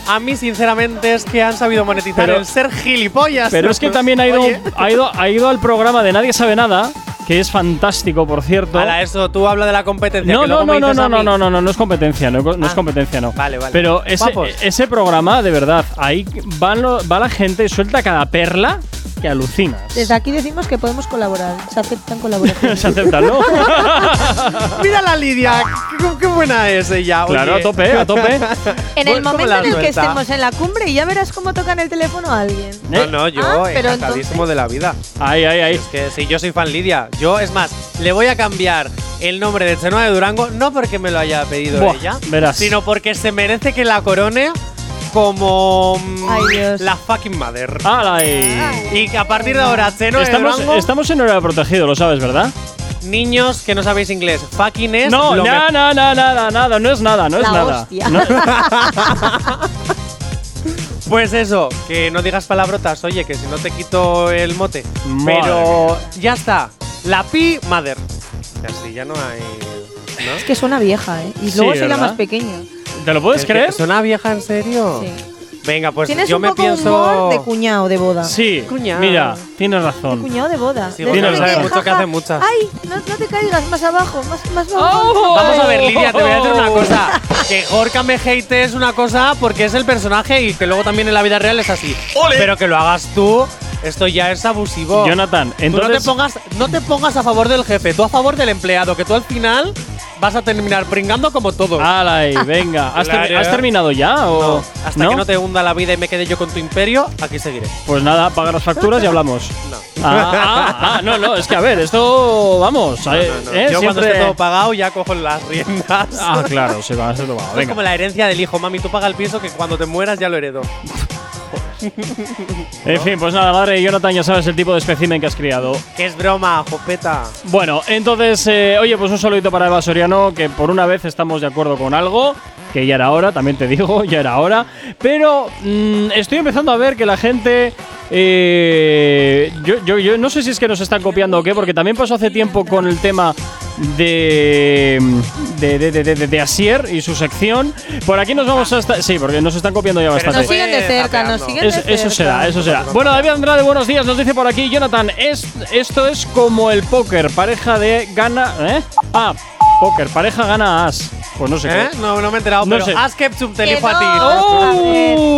[SPEAKER 3] A mí, sinceramente, es que han sabido monetizar
[SPEAKER 2] Pero-
[SPEAKER 3] el ser gilipollas.
[SPEAKER 2] Pero es que también ha ido,
[SPEAKER 3] Oye,
[SPEAKER 2] ha ido, ha ido al programa de Nadie Sabe Nada, que es fantástico, por cierto.
[SPEAKER 3] Ala, eso, tú habla de la competencia.
[SPEAKER 2] No,
[SPEAKER 3] que
[SPEAKER 2] no,
[SPEAKER 3] luego me
[SPEAKER 2] no, no,
[SPEAKER 3] dices
[SPEAKER 2] no,
[SPEAKER 3] a
[SPEAKER 2] no,
[SPEAKER 3] mí.
[SPEAKER 2] no, no, no, no es competencia, no, no es
[SPEAKER 3] Ah.
[SPEAKER 2] competencia, no.
[SPEAKER 3] Vale, vale.
[SPEAKER 2] Pero ese,
[SPEAKER 3] Guapos.
[SPEAKER 2] ese programa, de verdad, ahí van lo- va la gente y suelta cada perla que alucinas.
[SPEAKER 6] Desde aquí decimos que podemos colaborar. Se
[SPEAKER 3] (laughs)
[SPEAKER 6] aceptan
[SPEAKER 2] (laughs)
[SPEAKER 6] colaboraciones.
[SPEAKER 2] Se aceptan,
[SPEAKER 6] (laughs)
[SPEAKER 2] ¿no?
[SPEAKER 3] Mira la Lidia, qué, qué buena es ella.
[SPEAKER 2] Claro,
[SPEAKER 3] oye.
[SPEAKER 2] a tope, a tope.
[SPEAKER 6] En
[SPEAKER 3] Pues,
[SPEAKER 6] el
[SPEAKER 3] ¿cómo
[SPEAKER 6] momento
[SPEAKER 3] la
[SPEAKER 6] en el que
[SPEAKER 3] suelta?
[SPEAKER 6] estemos en la cumbre, ya verás cómo tocan el teléfono a alguien.
[SPEAKER 3] No, no, yo
[SPEAKER 6] Ah, pero
[SPEAKER 3] encantadísimo
[SPEAKER 6] entonces-
[SPEAKER 3] de la vida.
[SPEAKER 2] Ahí, ahí, ahí.
[SPEAKER 3] Es que sí, yo soy fan Lidia. Yo, es más, le voy a cambiar el nombre de Chenoa de Durango, no porque me lo haya pedido
[SPEAKER 2] Buah,
[SPEAKER 3] ella,
[SPEAKER 2] verás.
[SPEAKER 3] sino porque se merece que la corone como mm,
[SPEAKER 6] Ay, Dios.
[SPEAKER 3] la fucking mother.
[SPEAKER 2] ¡Hala, ahí!
[SPEAKER 3] Y que a partir de ahora, Chenoa de
[SPEAKER 2] Ah, Estamos,
[SPEAKER 3] Durango,
[SPEAKER 2] estamos en horario protegido, lo sabes, ¿verdad?
[SPEAKER 3] niños que no sabéis inglés, fucking es
[SPEAKER 2] No,
[SPEAKER 3] lo
[SPEAKER 2] nada, nada, nada, nada, no es nada, no es
[SPEAKER 6] La
[SPEAKER 2] nada.
[SPEAKER 6] hostia.
[SPEAKER 2] No-
[SPEAKER 3] me- Pues eso, que no digas palabrotas, oye, que si no te quito el mote.
[SPEAKER 2] Madre
[SPEAKER 3] Pero ya está, la pi mother. Y así ya no hay... ¿no?
[SPEAKER 6] Es que suena vieja, ¿eh? Y
[SPEAKER 2] Sí,
[SPEAKER 6] luego soy
[SPEAKER 2] ¿verdad?
[SPEAKER 6] la más pequeña.
[SPEAKER 2] ¿Te lo puedes
[SPEAKER 3] Es que
[SPEAKER 2] creer?
[SPEAKER 3] ¿Suena vieja en serio?
[SPEAKER 6] Sí.
[SPEAKER 3] Venga, Oh. pues
[SPEAKER 6] Tienes
[SPEAKER 3] yo
[SPEAKER 6] un
[SPEAKER 3] me
[SPEAKER 6] poco
[SPEAKER 3] pienso.
[SPEAKER 6] humor de cuñado de boda.
[SPEAKER 2] Sí,
[SPEAKER 3] Cuñado.
[SPEAKER 2] mira, tienes razón.
[SPEAKER 6] Cuñado de boda.
[SPEAKER 3] Sí,
[SPEAKER 6] De
[SPEAKER 2] tienes
[SPEAKER 6] repente,
[SPEAKER 2] razón.
[SPEAKER 3] Mucho que
[SPEAKER 6] jaja,
[SPEAKER 3] hace muchas.
[SPEAKER 6] Ay, no, no te caigas más abajo, más, más abajo.
[SPEAKER 2] ¡Oh!
[SPEAKER 3] Vamos a ver, Lidia, te voy a decir una cosa. Que Jorka me hate es una cosa porque es el personaje y que luego también en la vida real es así. Pero que lo hagas tú, esto ya es abusivo.
[SPEAKER 2] Jonathan,
[SPEAKER 3] Tú Pues no, te
[SPEAKER 2] entonces.
[SPEAKER 3] pongas, no te pongas a favor del jefe, tú a favor del empleado, que tú al final vas a terminar pringando como todo.
[SPEAKER 2] ¡Hala,
[SPEAKER 3] (laughs)
[SPEAKER 2] ahí! Venga, ¿Has,
[SPEAKER 3] Claro.
[SPEAKER 2] termi- has terminado ya? O
[SPEAKER 3] No, hasta que no te hunda la vida y me quede yo con tu imperio, aquí seguiré.
[SPEAKER 2] Pues nada, paga las facturas y hablamos.
[SPEAKER 3] No.
[SPEAKER 2] Ah, ah, ah, no, no, es que a ver, esto. Vamos, eh,
[SPEAKER 3] No, no.
[SPEAKER 2] eh,
[SPEAKER 3] yo cuando
[SPEAKER 2] siempre-
[SPEAKER 3] esté todo pagado ya cojo las riendas.
[SPEAKER 2] Ah, claro, se va a hacer tomado.
[SPEAKER 3] Esto Es
[SPEAKER 2] Venga.
[SPEAKER 3] como la herencia del hijo, mami, tú paga el piso que cuando te mueras ya lo heredo.
[SPEAKER 2] En fin, pues nada, madre de Jonathan, ya sabes el tipo de espécimen que has criado.
[SPEAKER 3] Que es broma, jopeta.
[SPEAKER 2] Bueno, entonces, eh, oye, pues un saludito para Eva Soriano, que por una vez estamos de acuerdo con algo, que ya era hora, también te digo, (laughs) ya era hora. Pero mm, estoy empezando a ver que la gente. eh, yo, yo- yo no sé si es que nos están copiando o qué, porque también pasó hace tiempo con el tema de de, de, de- de- de- de Asier y su sección. Por aquí nos vamos hasta. Sí, porque nos están copiando ya
[SPEAKER 3] Pero
[SPEAKER 2] bastante.
[SPEAKER 3] eso
[SPEAKER 6] Nos siguen de
[SPEAKER 3] Fue
[SPEAKER 6] cerca, nos
[SPEAKER 3] zapeando.
[SPEAKER 6] siguen de
[SPEAKER 2] Es-
[SPEAKER 6] cerca.
[SPEAKER 2] eso será, eso será. Bueno, David Andrade, buenos días. Nos dice por aquí, Jonathan, es, esto es como el póker. Pareja de gana. ¿Eh? Ah, póker. Pareja gana as. Pues no sé
[SPEAKER 3] ¿Eh?
[SPEAKER 2] qué.
[SPEAKER 3] No, no me he enterado,
[SPEAKER 2] No
[SPEAKER 3] pero
[SPEAKER 2] sé.
[SPEAKER 3] has kept un
[SPEAKER 6] Que
[SPEAKER 3] teléfono a ti.
[SPEAKER 6] dos,
[SPEAKER 2] ¡Oh!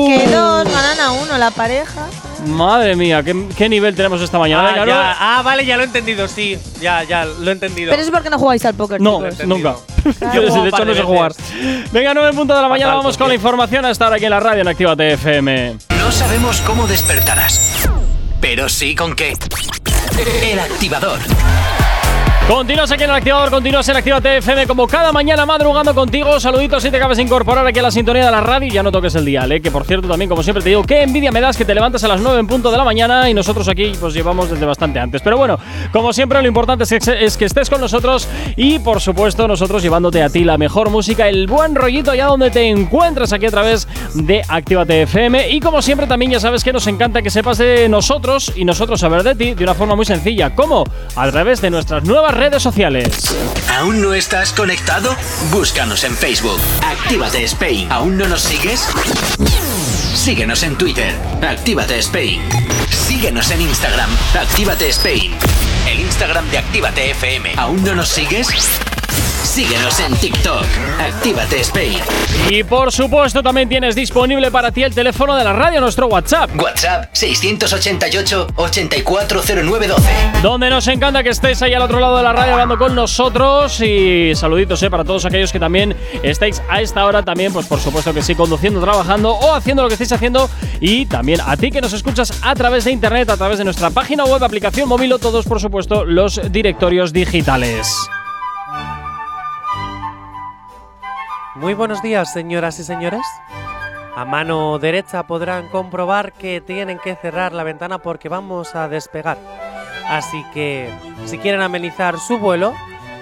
[SPEAKER 6] a ver, que dos ganan a uno la pareja.
[SPEAKER 2] Madre mía, ¿qué, qué nivel tenemos esta mañana?
[SPEAKER 3] Ah,
[SPEAKER 2] Venga,
[SPEAKER 3] ya. Ah, vale, ya lo he entendido, sí. Ya, ya, lo he entendido.
[SPEAKER 6] Pero eso es porque no jugáis al póker.
[SPEAKER 2] No,
[SPEAKER 3] lo he entendido.
[SPEAKER 2] nunca.
[SPEAKER 3] Claro.
[SPEAKER 2] Yo desde (laughs)
[SPEAKER 3] Juego
[SPEAKER 2] de
[SPEAKER 3] un
[SPEAKER 2] hecho
[SPEAKER 3] par
[SPEAKER 2] no
[SPEAKER 3] de
[SPEAKER 2] sé
[SPEAKER 3] veces.
[SPEAKER 2] jugar. Venga, 9 en punto de la mañana,
[SPEAKER 3] Fatal,
[SPEAKER 2] vamos con
[SPEAKER 3] porque-
[SPEAKER 2] la información hasta ahora aquí en la radio en Actívate FM.
[SPEAKER 1] No sabemos cómo despertarás, pero sí con qué. El activador.
[SPEAKER 2] Continúas aquí en el activador, continúas en Actívate FM como cada mañana madrugando contigo. Saluditos si te acabas de incorporar aquí a la sintonía de la radio y ya no toques el dial, ¿eh? que por cierto también como siempre te digo, qué envidia me das que te levantas a las 9 en punto de la mañana y nosotros aquí pues llevamos desde bastante antes. Pero bueno, como siempre lo importante es que, es que estés con nosotros y por supuesto nosotros llevándote a ti la mejor música, el buen rollito allá donde te encuentras aquí a través de Actívate FM y como siempre también ya sabes que nos encanta que sepas de nosotros y nosotros saber de ti de una forma muy sencilla, ¿cómo? A través de nuestras nuevas redes sociales.
[SPEAKER 1] ¿Aún no estás conectado? Búscanos en Facebook. Actívate Spain. ¿Aún no nos sigues? Síguenos en Twitter. Actívate Spain. Síguenos en Instagram. Actívate Spain. El Instagram de Actívate FM. ¿Aún no nos sigues? Síguenos en TikTok. Actívate Spain.
[SPEAKER 2] Y por supuesto también tienes disponible para ti el teléfono de la radio, nuestro WhatsApp.
[SPEAKER 1] WhatsApp 688 840912.
[SPEAKER 2] Donde nos encanta que estéis ahí al otro lado de la radio hablando con nosotros y saluditos eh, para todos aquellos que también estáis a esta hora también, pues por supuesto que sí, conduciendo, trabajando o haciendo lo que estáis haciendo y también a ti que nos escuchas a través de internet, a través de nuestra página web, aplicación móvil o todos por supuesto los directorios digitales.
[SPEAKER 3] Muy buenos días, señoras y señores. A mano derecha podrán comprobar que tienen que cerrar la ventana porque vamos a despegar. Así que, si quieren amenizar su vuelo,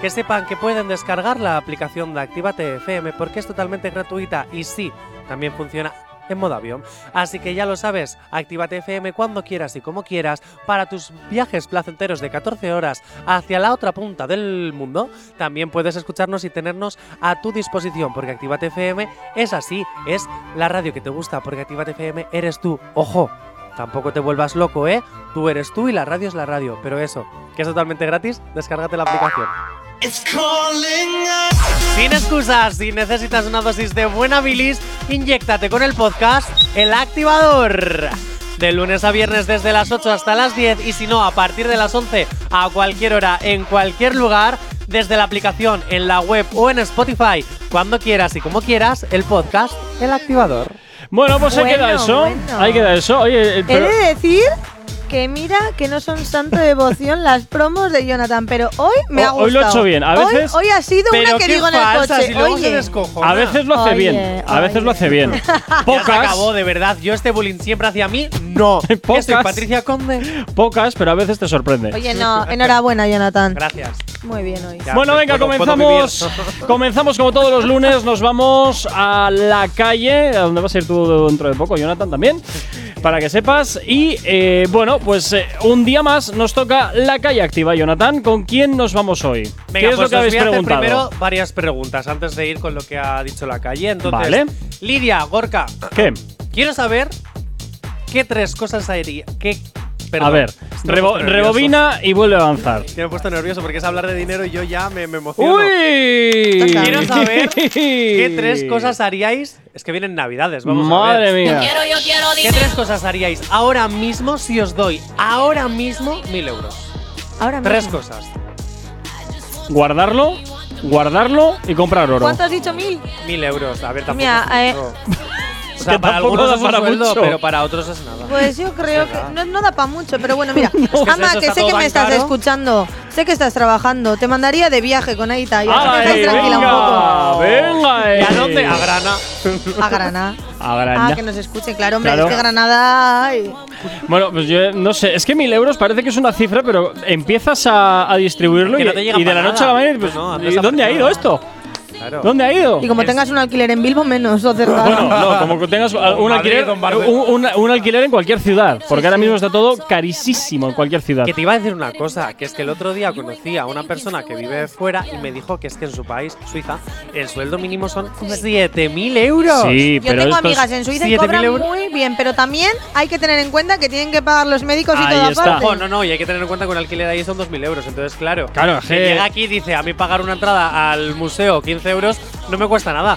[SPEAKER 3] que sepan que pueden descargar la aplicación de Actívate FM porque es totalmente gratuita y sí, también funciona en modo avión. Así que ya lo sabes, Actívate FM cuando quieras y como quieras para tus viajes placenteros de 14 horas hacia la otra punta del mundo. También puedes escucharnos y tenernos a tu disposición porque Actívate FM es así, es la radio que te gusta porque Actívate FM eres tú. Ojo, tampoco te vuelvas loco, ¿eh? Tú eres tú y la radio es la radio, pero eso, que es totalmente gratis, descárgate la aplicación. Sin excusas, si necesitas una dosis de buena bilis, inyéctate con el podcast El Activador. De lunes a viernes desde las 8 hasta las 10 y si no, a partir de las 11 a cualquier hora, en cualquier lugar, desde la aplicación, en la web o en Spotify, cuando quieras y como quieras, el podcast El Activador.
[SPEAKER 2] Bueno, pues ahí queda
[SPEAKER 6] Bueno,
[SPEAKER 2] eso.
[SPEAKER 6] bueno.
[SPEAKER 2] Ahí queda eso. Oye, eh,
[SPEAKER 6] He
[SPEAKER 2] pero-
[SPEAKER 6] de decir que mira que no son santo devoción las promos de Jonathan, pero hoy me ha
[SPEAKER 2] Ho-
[SPEAKER 6] gustado.
[SPEAKER 2] hoy lo he hecho bien. A
[SPEAKER 6] Hoy-
[SPEAKER 2] veces-
[SPEAKER 6] Hoy, ha sido una que digo en el coche. Oye,
[SPEAKER 2] a veces lo hace
[SPEAKER 6] Oye,
[SPEAKER 2] bien. A veces lo
[SPEAKER 6] oye.
[SPEAKER 2] hace bien.
[SPEAKER 3] Ya se
[SPEAKER 2] Pocas.
[SPEAKER 3] acabó, de verdad. Yo este bullying siempre hacia mí,
[SPEAKER 2] (laughs)
[SPEAKER 3] no. Que soy
[SPEAKER 2] Pocas.
[SPEAKER 3] Patricia Conde.
[SPEAKER 2] Pocas, pero a veces te sorprende.
[SPEAKER 6] oye, no, enhorabuena, Jonathan.
[SPEAKER 3] Gracias.
[SPEAKER 6] Muy bien hoy.
[SPEAKER 3] Ya,
[SPEAKER 2] bueno,
[SPEAKER 3] pues,
[SPEAKER 2] venga,
[SPEAKER 3] puedo- puedo
[SPEAKER 2] comenzamos.
[SPEAKER 3] vivir.
[SPEAKER 2] (laughs)
[SPEAKER 3] (laughs)
[SPEAKER 2] comenzamos como todos los lunes, nos vamos a la calle, a donde vas a ir tú dentro de poco, Jonathan también, para que sepas. Y eh, bueno, pues eh, un día más nos toca la calle activa, Jonathan. ¿Con quién nos vamos hoy?
[SPEAKER 3] Venga,
[SPEAKER 2] ¿Qué es lo
[SPEAKER 3] pues
[SPEAKER 2] que
[SPEAKER 3] os
[SPEAKER 2] habéis
[SPEAKER 3] voy a hacer
[SPEAKER 2] preguntado?
[SPEAKER 3] primero varias preguntas antes de ir con lo que ha dicho la calle. Entonces,
[SPEAKER 2] Vale.
[SPEAKER 3] Lidia, Gorka,
[SPEAKER 2] ¿Qué?
[SPEAKER 3] quiero saber qué tres cosas haría. Qué,
[SPEAKER 2] a
[SPEAKER 3] perdón,
[SPEAKER 2] ver,
[SPEAKER 3] me
[SPEAKER 2] rebo-
[SPEAKER 3] he puesto nervioso.
[SPEAKER 2] rebobina y vuelve a avanzar.
[SPEAKER 3] Que me he puesto nervioso porque es hablar de dinero y yo ya me, me emociono.
[SPEAKER 2] ¡Uy!
[SPEAKER 6] Toca.
[SPEAKER 3] Quiero saber qué tres cosas haríais. Es que vienen navidades, vamos a ver.
[SPEAKER 2] Madre mía.
[SPEAKER 3] ¿Qué tres cosas haríais ahora mismo si os doy ahora mismo mil euros?
[SPEAKER 6] Ahora
[SPEAKER 3] Tres
[SPEAKER 6] mismo.
[SPEAKER 3] cosas.
[SPEAKER 2] Guardarlo, guardarlo y comprar oro.
[SPEAKER 6] ¿Cuánto has dicho? ¿Mil?
[SPEAKER 3] Mil euros. A ver, tampoco.
[SPEAKER 6] Mira,
[SPEAKER 3] es
[SPEAKER 6] eh,
[SPEAKER 2] (laughs)
[SPEAKER 3] mucho. o sea,
[SPEAKER 2] que
[SPEAKER 3] para
[SPEAKER 2] tampoco
[SPEAKER 3] algunos
[SPEAKER 2] da
[SPEAKER 3] es un
[SPEAKER 2] para
[SPEAKER 3] sueldo,
[SPEAKER 2] mucho.
[SPEAKER 3] pero para otros es nada.
[SPEAKER 6] Pues yo creo que no, no da para mucho, pero bueno,
[SPEAKER 2] (laughs)
[SPEAKER 6] mira.
[SPEAKER 3] que
[SPEAKER 6] Ama,
[SPEAKER 3] eso
[SPEAKER 6] que
[SPEAKER 3] está
[SPEAKER 6] sé
[SPEAKER 3] todo
[SPEAKER 6] que
[SPEAKER 3] tan
[SPEAKER 6] me estás
[SPEAKER 3] caro.
[SPEAKER 6] escuchando, sé que estás trabajando, te mandaría de viaje con Aita y ahora
[SPEAKER 2] ¡Ay,
[SPEAKER 6] estáis tranquila
[SPEAKER 2] venga! ¡Venga!
[SPEAKER 3] ¿Y a
[SPEAKER 2] eh.
[SPEAKER 3] dónde? A Grana.
[SPEAKER 6] un poco. A Granada.
[SPEAKER 2] A Granada.
[SPEAKER 6] Ah, que nos escuchen, claro, hombre,
[SPEAKER 2] Claro.
[SPEAKER 6] es que Granada. ay.
[SPEAKER 2] Bueno, pues yo no sé, es que mil euros parece que es una cifra, pero empiezas a, a distribuirlo
[SPEAKER 3] Que
[SPEAKER 2] y,
[SPEAKER 3] no te llega
[SPEAKER 2] y de
[SPEAKER 3] para
[SPEAKER 2] la noche a la
[SPEAKER 3] nada.
[SPEAKER 2] mañana, pues,
[SPEAKER 3] Pues no,
[SPEAKER 2] ¿y
[SPEAKER 3] andas
[SPEAKER 2] ¿dónde ha ido
[SPEAKER 3] apretado.
[SPEAKER 2] esto?
[SPEAKER 3] Claro.
[SPEAKER 2] ¿Dónde ha ido? Eh,
[SPEAKER 6] Y como tengas un alquiler en Bilbo, menos, o cerca.
[SPEAKER 2] Bueno, no, como que
[SPEAKER 3] (laughs)
[SPEAKER 2] tengas a- un
[SPEAKER 3] Madrid,
[SPEAKER 2] alquiler,
[SPEAKER 3] don Barbe-
[SPEAKER 2] un, un- un alquiler en cualquier ciudad, porque ahora mismo está todo carísimo en cualquier ciudad.
[SPEAKER 3] Que te iba a decir una cosa, que es que el otro día conocí a una persona que vive fuera y me dijo que es que en su país, Suiza, el sueldo mínimo son 7.000 euros.
[SPEAKER 2] Sí,
[SPEAKER 6] Yo
[SPEAKER 2] pero
[SPEAKER 6] tengo
[SPEAKER 2] esto es-
[SPEAKER 6] amigas en Suiza y
[SPEAKER 3] 7.000
[SPEAKER 6] cobran
[SPEAKER 3] euros.
[SPEAKER 6] muy bien, pero también hay que tener en cuenta que tienen que pagar los médicos y
[SPEAKER 2] Ahí
[SPEAKER 6] todo
[SPEAKER 2] está.
[SPEAKER 6] aparte.
[SPEAKER 3] Ojo, Oh, no, no, y hay que tener en cuenta que un alquiler ahí son 2.000 euros, entonces claro.
[SPEAKER 2] Claro,
[SPEAKER 3] que
[SPEAKER 2] je.
[SPEAKER 3] llega aquí y dice, a mí pagar una entrada al museo 15 euros no me cuesta nada.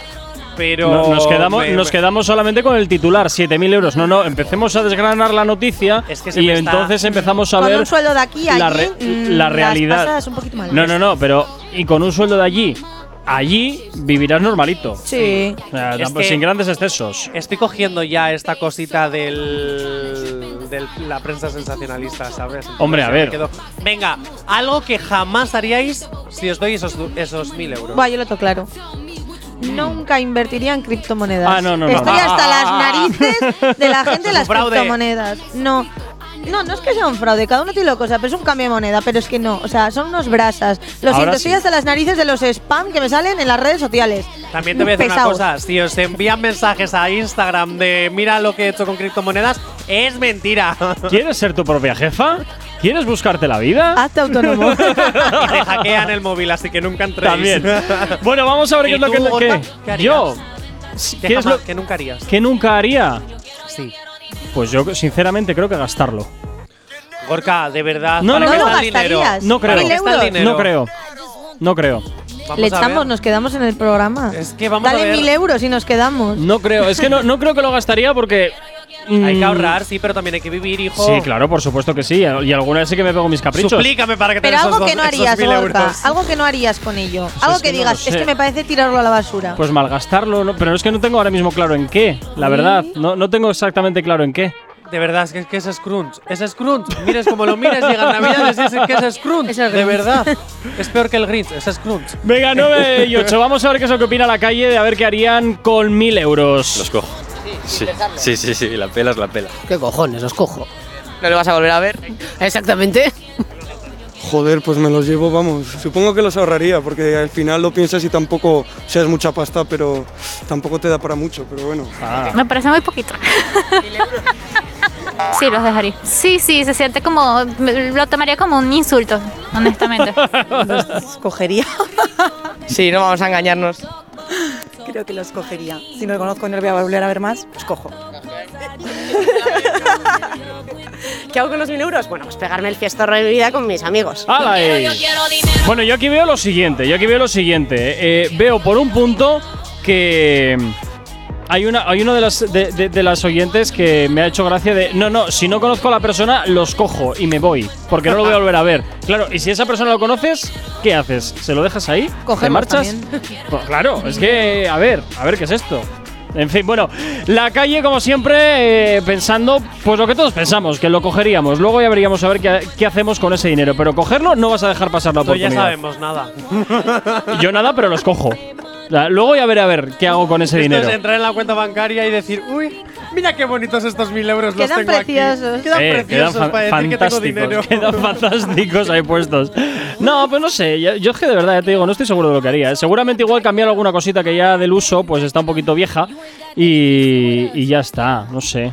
[SPEAKER 3] pero.
[SPEAKER 2] No- nos, quedamos,
[SPEAKER 3] me-
[SPEAKER 2] nos
[SPEAKER 3] me-
[SPEAKER 2] quedamos solamente con el titular, 7.000 euros. No, no, empecemos a desgranar la noticia
[SPEAKER 3] Es que se
[SPEAKER 2] y
[SPEAKER 3] me está-
[SPEAKER 2] entonces empezamos a
[SPEAKER 6] Con
[SPEAKER 2] ver
[SPEAKER 6] un sueldo de aquí a
[SPEAKER 2] la,
[SPEAKER 6] allí,
[SPEAKER 2] re-
[SPEAKER 6] mm,
[SPEAKER 2] la
[SPEAKER 6] las
[SPEAKER 2] realidad.
[SPEAKER 6] pasadas un poquito mal.
[SPEAKER 2] no, no, no, pero y con un sueldo de allí, allí vivirás normalito.
[SPEAKER 6] Sí.
[SPEAKER 2] O sea,
[SPEAKER 3] Es
[SPEAKER 2] tampoco-
[SPEAKER 3] que- Eh,
[SPEAKER 2] sin grandes excesos.
[SPEAKER 3] Estoy cogiendo ya esta cosita del. de la prensa sensacionalista, ¿sabes? Entonces
[SPEAKER 2] Hombre, a
[SPEAKER 3] ya
[SPEAKER 2] ver.
[SPEAKER 3] me quedo- Venga, algo que jamás haríais si os doy esos, du- esos mil euros.
[SPEAKER 6] Buah, yo lo tengo claro. Nunca invertiría en criptomonedas.
[SPEAKER 2] Ah, no, no, no.
[SPEAKER 6] Estoy hasta las narices de la gente
[SPEAKER 2] (laughs)
[SPEAKER 6] de
[SPEAKER 3] Es un
[SPEAKER 6] las
[SPEAKER 3] fraude.
[SPEAKER 6] criptomonedas. No. No, no es que sea un fraude, cada uno tiene lo cosa, pero es un cambio de moneda, pero es que no, o sea, son unos brasas. Lo
[SPEAKER 2] Ahora
[SPEAKER 6] siento,
[SPEAKER 2] sí.
[SPEAKER 6] estoy hasta las narices de los spam que me salen en las redes sociales.
[SPEAKER 3] También te voy a decir
[SPEAKER 6] Pesaos.
[SPEAKER 3] una cosa, si os envían mensajes a Instagram de mira lo que he hecho con criptomonedas, es mentira. (laughs)
[SPEAKER 2] ¿Quieres ser tu propia jefa? ¿Quieres buscarte la vida? (laughs)
[SPEAKER 6] Hazte autónomo.
[SPEAKER 3] y te hackean el móvil, así que nunca entréis. (laughs)
[SPEAKER 2] También. bueno, vamos a ver
[SPEAKER 3] ¿Y
[SPEAKER 2] qué es lo
[SPEAKER 3] tú,
[SPEAKER 2] que.
[SPEAKER 3] Gorka?
[SPEAKER 2] que-
[SPEAKER 3] ¿Qué harías?
[SPEAKER 2] yo.
[SPEAKER 3] que,
[SPEAKER 2] ¿Qué es
[SPEAKER 3] jamás-
[SPEAKER 2] lo
[SPEAKER 3] que nunca harías.
[SPEAKER 2] que nunca haría?
[SPEAKER 3] Sí.
[SPEAKER 2] Pues yo, sinceramente, creo que gastarlo.
[SPEAKER 3] Gorka, de verdad,
[SPEAKER 2] No,
[SPEAKER 3] ¿para
[SPEAKER 2] no,
[SPEAKER 3] qué
[SPEAKER 2] no
[SPEAKER 3] está
[SPEAKER 6] lo
[SPEAKER 3] el dinero?
[SPEAKER 6] gastarías.
[SPEAKER 2] No creo.
[SPEAKER 3] ¿Para qué está el
[SPEAKER 6] Mil euros.
[SPEAKER 3] dinero?
[SPEAKER 2] No creo. No creo.
[SPEAKER 3] Vamos
[SPEAKER 6] Le
[SPEAKER 3] a ver.
[SPEAKER 6] echamos, nos quedamos en el programa.
[SPEAKER 3] Es que vamos a
[SPEAKER 6] Dale
[SPEAKER 3] ver. Mm.
[SPEAKER 6] mil euros y nos quedamos.
[SPEAKER 2] No creo. Es que no, no creo que lo gastaría porque.
[SPEAKER 3] Hay
[SPEAKER 2] mm,
[SPEAKER 3] que ahorrar, sí, pero también hay que vivir, hijo.
[SPEAKER 2] Sí, claro, por supuesto que sí. Y alguna vez sí que me pego mis caprichos.
[SPEAKER 3] Suplícame para que te
[SPEAKER 6] Pero
[SPEAKER 3] den esos
[SPEAKER 6] algo que
[SPEAKER 3] dos-
[SPEAKER 6] no
[SPEAKER 3] esos
[SPEAKER 6] harías,
[SPEAKER 3] mil
[SPEAKER 6] Gorka.
[SPEAKER 3] euros.
[SPEAKER 6] Algo que no harías con ello.
[SPEAKER 2] es
[SPEAKER 6] algo
[SPEAKER 2] que
[SPEAKER 6] que
[SPEAKER 2] no
[SPEAKER 6] digas,
[SPEAKER 2] lo sé.
[SPEAKER 6] es que me parece tirarlo a la basura.
[SPEAKER 2] Pues malgastarlo, no, pero es que no tengo ahora mismo claro en qué, la verdad. No, no tengo exactamente claro en qué.
[SPEAKER 3] De verdad, es que, es que es Scrunch. Es Scrunch. Mires como lo mires, llega Navidad y dices que es Scrunch.
[SPEAKER 6] Es el
[SPEAKER 3] de
[SPEAKER 6] Grinch.
[SPEAKER 3] verdad. Es peor que el Grinch, es Scrunch.
[SPEAKER 2] Venga, (laughs) 9 y 8. Vamos a ver qué es lo que opina la calle de a ver qué harían con mil euros.
[SPEAKER 9] Los cojo. Sí, sí, sí, sí, la pela es la pela.
[SPEAKER 10] ¿Qué cojones? Los cojo. ¿No lo vas a volver a ver? Exactamente.
[SPEAKER 11] Joder, pues me los llevo, vamos. Supongo que los ahorraría, porque al final lo piensas y tampoco, o sea, es mucha pasta, pero tampoco te da para mucho, pero bueno.
[SPEAKER 5] Me parece
[SPEAKER 3] (laughs)
[SPEAKER 5] muy poquito. Sí, los dejaría. Sí, sí, se siente como. me- Lo tomaría como un insulto,
[SPEAKER 3] (laughs)
[SPEAKER 5] honestamente.
[SPEAKER 10] Los cogería. sí, no vamos a engañarnos. Creo que los cogería. Si no los conozco y no los voy a volver a ver más, pues cojo. ¿Qué hago con los mil euros? Bueno, pues pegarme el fiestorro de mi vida con mis amigos.
[SPEAKER 2] ¡Hala, eh! Bueno, yo aquí veo lo siguiente, yo aquí veo lo siguiente. Eh, veo por un punto que mm, hay una, hay una de las de, de- de las oyentes que me ha hecho gracia de no, no, si no conozco a la persona, los cojo y me voy, porque no (laughs) lo voy a volver a ver. Claro, y si esa persona lo conoces, ¿qué haces? ¿Se lo dejas ahí? ¿Te
[SPEAKER 6] Cogerlos
[SPEAKER 2] marchas?
[SPEAKER 6] (laughs) también.
[SPEAKER 2] Pues claro, es que, a ver, a ver qué es esto. En fin, bueno, la calle, como siempre, eh, pensando, pues lo que todos pensamos, que lo cogeríamos. Luego ya veríamos a ver qué, qué hacemos con ese dinero. Pero cogerlo no vas a dejar pasar la
[SPEAKER 3] Tú ya
[SPEAKER 2] oportunidad.
[SPEAKER 3] sabemos nada.
[SPEAKER 2] Yo nada, pero los cojo. La- Luego ya veré a ver qué hago con ese
[SPEAKER 3] Esto es
[SPEAKER 2] dinero.
[SPEAKER 3] entrar en la cuenta bancaria y decir, uy, mira qué bonitos estos mil euros los
[SPEAKER 6] Quedan
[SPEAKER 3] tengo aquí".
[SPEAKER 6] preciosos.
[SPEAKER 3] Quedan
[SPEAKER 2] Eh,
[SPEAKER 3] preciosos
[SPEAKER 2] fan-
[SPEAKER 3] para decir que tengo dinero.
[SPEAKER 2] fantásticos, (laughs) quedan fantásticos ahí puestos. No, pues no sé, yo, yo es que de verdad ya te digo, no estoy seguro de lo que haría. ¿eh? Seguramente igual cambiar alguna cosita que ya del uso, pues está un poquito vieja y, y ya está, no sé.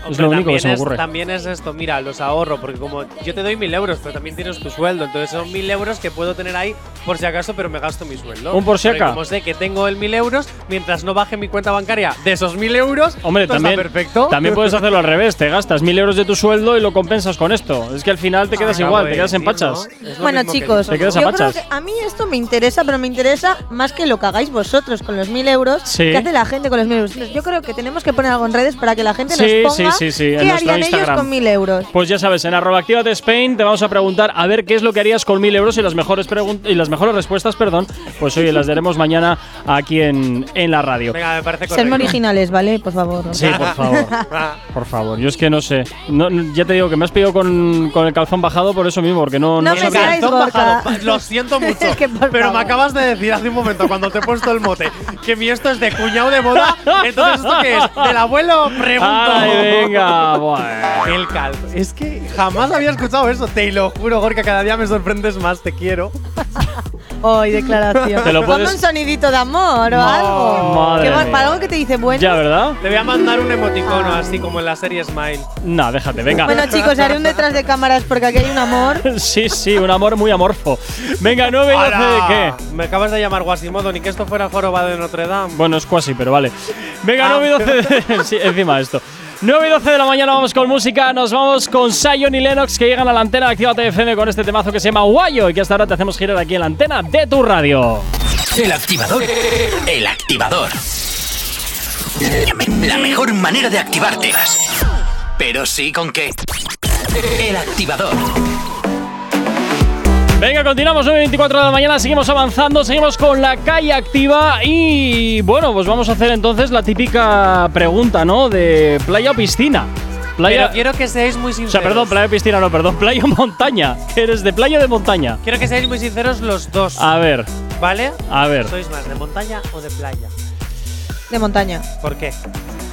[SPEAKER 2] Es
[SPEAKER 3] Hombre,
[SPEAKER 2] lo único que
[SPEAKER 3] también
[SPEAKER 2] se me
[SPEAKER 3] es-
[SPEAKER 2] ocurre.
[SPEAKER 3] También es esto, mira, los ahorro, porque como yo te doy mil euros, pero también tienes tu sueldo, entonces son mil euros que puedo tener ahí por si acaso, pero me gasto mi sueldo.
[SPEAKER 2] Un por si
[SPEAKER 3] Pero
[SPEAKER 2] acá.
[SPEAKER 3] Como sé que tengo el mil euros, mientras no baje mi cuenta bancaria de esos mil euros,
[SPEAKER 2] Hombre,
[SPEAKER 3] todo
[SPEAKER 2] también,
[SPEAKER 3] está perfecto.
[SPEAKER 2] también puedes hacerlo al revés, te gastas mil euros de tu sueldo y lo compensas con esto. Es que al final te quedas
[SPEAKER 3] Ah, Acabo
[SPEAKER 2] igual,
[SPEAKER 3] de
[SPEAKER 2] te quedas en
[SPEAKER 3] decir,
[SPEAKER 2] pachas.
[SPEAKER 3] ¿no? Es lo
[SPEAKER 6] Bueno,
[SPEAKER 3] mismo que
[SPEAKER 6] chicos,
[SPEAKER 2] Te quedas a
[SPEAKER 6] yo creo
[SPEAKER 2] pachas.
[SPEAKER 6] que a mí esto me interesa, pero me interesa más que lo que hagáis vosotros con los mil euros.
[SPEAKER 2] Sí.
[SPEAKER 6] ¿Qué hace la gente con los mil euros? Yo creo que tenemos que poner algo en redes para que la gente
[SPEAKER 2] Sí,
[SPEAKER 6] nos ponga
[SPEAKER 2] sí, sí, sí, en
[SPEAKER 6] qué
[SPEAKER 2] nuestro
[SPEAKER 6] harían ellos
[SPEAKER 2] Instagram.
[SPEAKER 6] con mil euros.
[SPEAKER 2] Pues ya sabes, en arroba Actívate Spain te vamos a preguntar a ver qué es lo que harías con mil euros y las mejores pregun- y las mejores respuestas, perdón, pues oye, las daremos mañana aquí en, en la radio.
[SPEAKER 3] Venga, me parece
[SPEAKER 6] Serme
[SPEAKER 3] correcto.
[SPEAKER 6] originales, ¿vale? Por favor.
[SPEAKER 2] Sí, por favor. Por favor, yo es que no sé. No, no, ya te digo que me has pillado con, con el calzón bajado por eso mismo, porque no,
[SPEAKER 6] No me
[SPEAKER 2] sabría-
[SPEAKER 6] caes,
[SPEAKER 3] Calzón
[SPEAKER 6] Gorka.
[SPEAKER 3] bajado. Lo
[SPEAKER 2] (laughs)
[SPEAKER 3] siento mucho,
[SPEAKER 6] Es que, por
[SPEAKER 3] pero me
[SPEAKER 6] favor.
[SPEAKER 3] acabas de decir hace un momento cuando te he puesto el mote que mi esto es de cuñado de boda. Entonces esto qué es del abuelo pregunto.
[SPEAKER 2] Ay, venga, bueno.
[SPEAKER 3] El calvo. Es que jamás había escuchado eso. Te lo juro, Gorka, cada día me sorprendes más. Te quiero.
[SPEAKER 6] Hoy, declaración.
[SPEAKER 2] Te lo
[SPEAKER 6] Ponme
[SPEAKER 2] puedes-
[SPEAKER 6] un sonidito de amor o algo.
[SPEAKER 2] madre
[SPEAKER 6] Que va-
[SPEAKER 2] mía.
[SPEAKER 6] para algo que te dice bueno.
[SPEAKER 2] Ya, ¿verdad?
[SPEAKER 3] Te voy a mandar un
[SPEAKER 2] Ah.
[SPEAKER 3] emoticono, así como en la serie Smile.
[SPEAKER 2] No, déjate, venga.
[SPEAKER 6] Bueno, chicos, haré un detrás de cámaras porque aquí hay un amor.
[SPEAKER 2] (laughs) sí, sí, un amor muy amorfo. Venga, 9 y 12 de qué.
[SPEAKER 3] ¡Hala! Me acabas de llamar Guasimodo, ni que esto fuera jorobado de Notre Dame.
[SPEAKER 2] Bueno, es cuasi, pero vale. Venga,
[SPEAKER 3] Ah.
[SPEAKER 2] 9 y 12 de- (laughs) sí, encima esto. 9 y 12 de la mañana vamos con música, nos vamos con Sion y Lennox que llegan a la antena de Actívate FM con este temazo que se llama Guayo y que hasta ahora te hacemos girar aquí en la antena de tu radio.
[SPEAKER 1] El activador. El activador. La mejor manera de activarte. Pero sí con qué. El activador.
[SPEAKER 2] Venga, continuamos 9.24 de la mañana, seguimos avanzando, seguimos con la calle activa y bueno, pues vamos a hacer entonces la típica pregunta, ¿no? De playa o piscina. Playa,
[SPEAKER 3] Pero quiero que seáis muy
[SPEAKER 2] o
[SPEAKER 3] sinceros.
[SPEAKER 2] sea, perdón, playa o piscina, no, perdón, playa o montaña. ¿Eres de playa o de montaña?
[SPEAKER 3] Quiero que seáis muy sinceros los dos.
[SPEAKER 2] A ver,
[SPEAKER 3] ¿Vale?
[SPEAKER 2] a ver.
[SPEAKER 3] ¿Sois más de montaña o de playa?
[SPEAKER 6] De montaña.
[SPEAKER 3] ¿Por qué?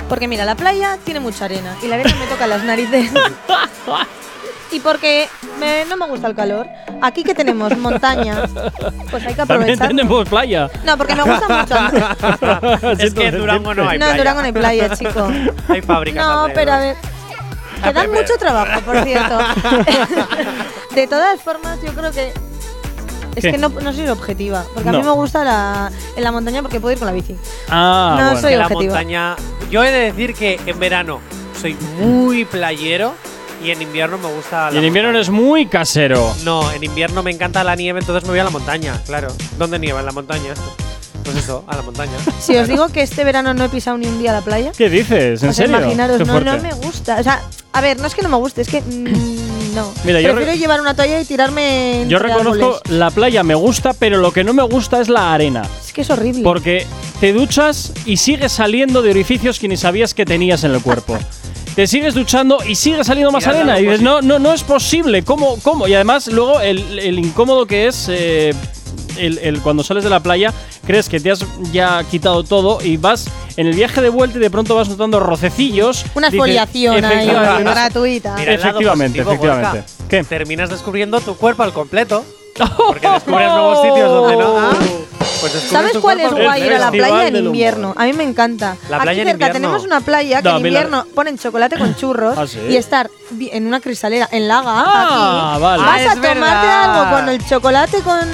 [SPEAKER 6] Porque mira, la playa tiene mucha arena y la arena me toca las narices. (laughs)
[SPEAKER 2] (laughs)
[SPEAKER 6] y porque me- no me gusta el calor. Aquí que tenemos montaña, pues hay que
[SPEAKER 2] También
[SPEAKER 6] aprovechar.
[SPEAKER 2] tenemos
[SPEAKER 6] (laughs)
[SPEAKER 2] playa. (laughs)
[SPEAKER 6] No, porque me gusta mucho.
[SPEAKER 3] es que en Durango no hay
[SPEAKER 6] No,
[SPEAKER 3] playa.
[SPEAKER 6] en Durango no hay playa, chico.
[SPEAKER 3] (laughs) Hay fábricas.
[SPEAKER 6] No, pero a
[SPEAKER 3] alrededor.
[SPEAKER 6] ver.
[SPEAKER 2] (laughs)
[SPEAKER 6] Que dan mucho trabajo, por cierto. (laughs) de todas formas, yo creo que. Es
[SPEAKER 2] ¿Qué?
[SPEAKER 6] que no, no soy objetiva. Porque a
[SPEAKER 2] No.
[SPEAKER 6] mí me gusta la, en la montaña porque puedo ir con la bici.
[SPEAKER 2] Ah,
[SPEAKER 6] No
[SPEAKER 2] bueno.
[SPEAKER 6] soy
[SPEAKER 3] Que la
[SPEAKER 6] objetivo.
[SPEAKER 3] montaña. Yo he de decir que en verano soy muy playero y en invierno me gusta.
[SPEAKER 2] Y
[SPEAKER 3] La
[SPEAKER 2] en invierno eres muy casero.
[SPEAKER 3] No, en invierno me encanta la nieve, entonces me voy a la montaña, claro. ¿Dónde nieva? En la montaña. Pues eso, a la montaña.
[SPEAKER 6] (laughs) Si os digo que este verano no he pisado ni un día la playa,
[SPEAKER 2] ¿Qué dices? ¿En
[SPEAKER 6] pues
[SPEAKER 2] serio?
[SPEAKER 6] imaginaros,
[SPEAKER 2] Qué
[SPEAKER 6] no,
[SPEAKER 2] fuerte.
[SPEAKER 6] no me gusta. O sea, a ver, no es que no me guste, es que. mm, no.
[SPEAKER 2] Mira, yo
[SPEAKER 6] Prefiero
[SPEAKER 2] rec-
[SPEAKER 6] llevar una toalla y tirarme.
[SPEAKER 2] Yo
[SPEAKER 6] entre
[SPEAKER 2] reconozco
[SPEAKER 6] árboles.
[SPEAKER 2] la playa me gusta, pero lo que no me gusta es la arena.
[SPEAKER 6] Es que es horrible.
[SPEAKER 2] Porque te duchas y sigues saliendo de orificios que ni sabías que tenías en el
[SPEAKER 6] (laughs)
[SPEAKER 2] cuerpo. Te sigues duchando y sigue saliendo más
[SPEAKER 3] Y al lado
[SPEAKER 2] arena. Y dices,
[SPEAKER 3] posible.
[SPEAKER 2] no, no, no es posible. ¿Cómo? ¿Cómo? Y además, luego el, el incómodo que es. eh, el, el cuando sales de la playa, crees que te has ya quitado todo y vas en el viaje de vuelta y de pronto vas notando rocecillos.
[SPEAKER 6] Una
[SPEAKER 2] Dices,
[SPEAKER 6] exfoliación ahí,
[SPEAKER 2] "Efectivamente".
[SPEAKER 6] gratuita.
[SPEAKER 3] Mira, el lado
[SPEAKER 2] Efectivamente,
[SPEAKER 3] Gorka.
[SPEAKER 2] efectivamente. ¿Qué?
[SPEAKER 3] Terminas descubriendo tu cuerpo al
[SPEAKER 6] (laughs)
[SPEAKER 3] completo. Porque descubres nuevos sitios donde no. Ah, pues descubres
[SPEAKER 6] ¿Sabes
[SPEAKER 3] tu
[SPEAKER 6] cuál es
[SPEAKER 3] cuerpo al
[SPEAKER 6] guay ir a la
[SPEAKER 3] completo.
[SPEAKER 2] Festival
[SPEAKER 6] playa en
[SPEAKER 2] del humor.
[SPEAKER 6] invierno? A mí me encanta.
[SPEAKER 3] La
[SPEAKER 6] Aquí
[SPEAKER 3] playa en
[SPEAKER 6] cerca
[SPEAKER 3] invierno.
[SPEAKER 6] tenemos una playa que
[SPEAKER 2] No, a
[SPEAKER 6] en
[SPEAKER 2] mí la-
[SPEAKER 6] invierno ponen chocolate con churros
[SPEAKER 2] ¿Ah, sí?
[SPEAKER 6] y estar vi- en una crisalera en Laga.
[SPEAKER 2] Ah,
[SPEAKER 6] aquí,
[SPEAKER 2] vale.
[SPEAKER 6] Vas
[SPEAKER 3] Ah,
[SPEAKER 6] a
[SPEAKER 3] es
[SPEAKER 6] tomarte
[SPEAKER 3] verdad.
[SPEAKER 6] algo con el chocolate con, con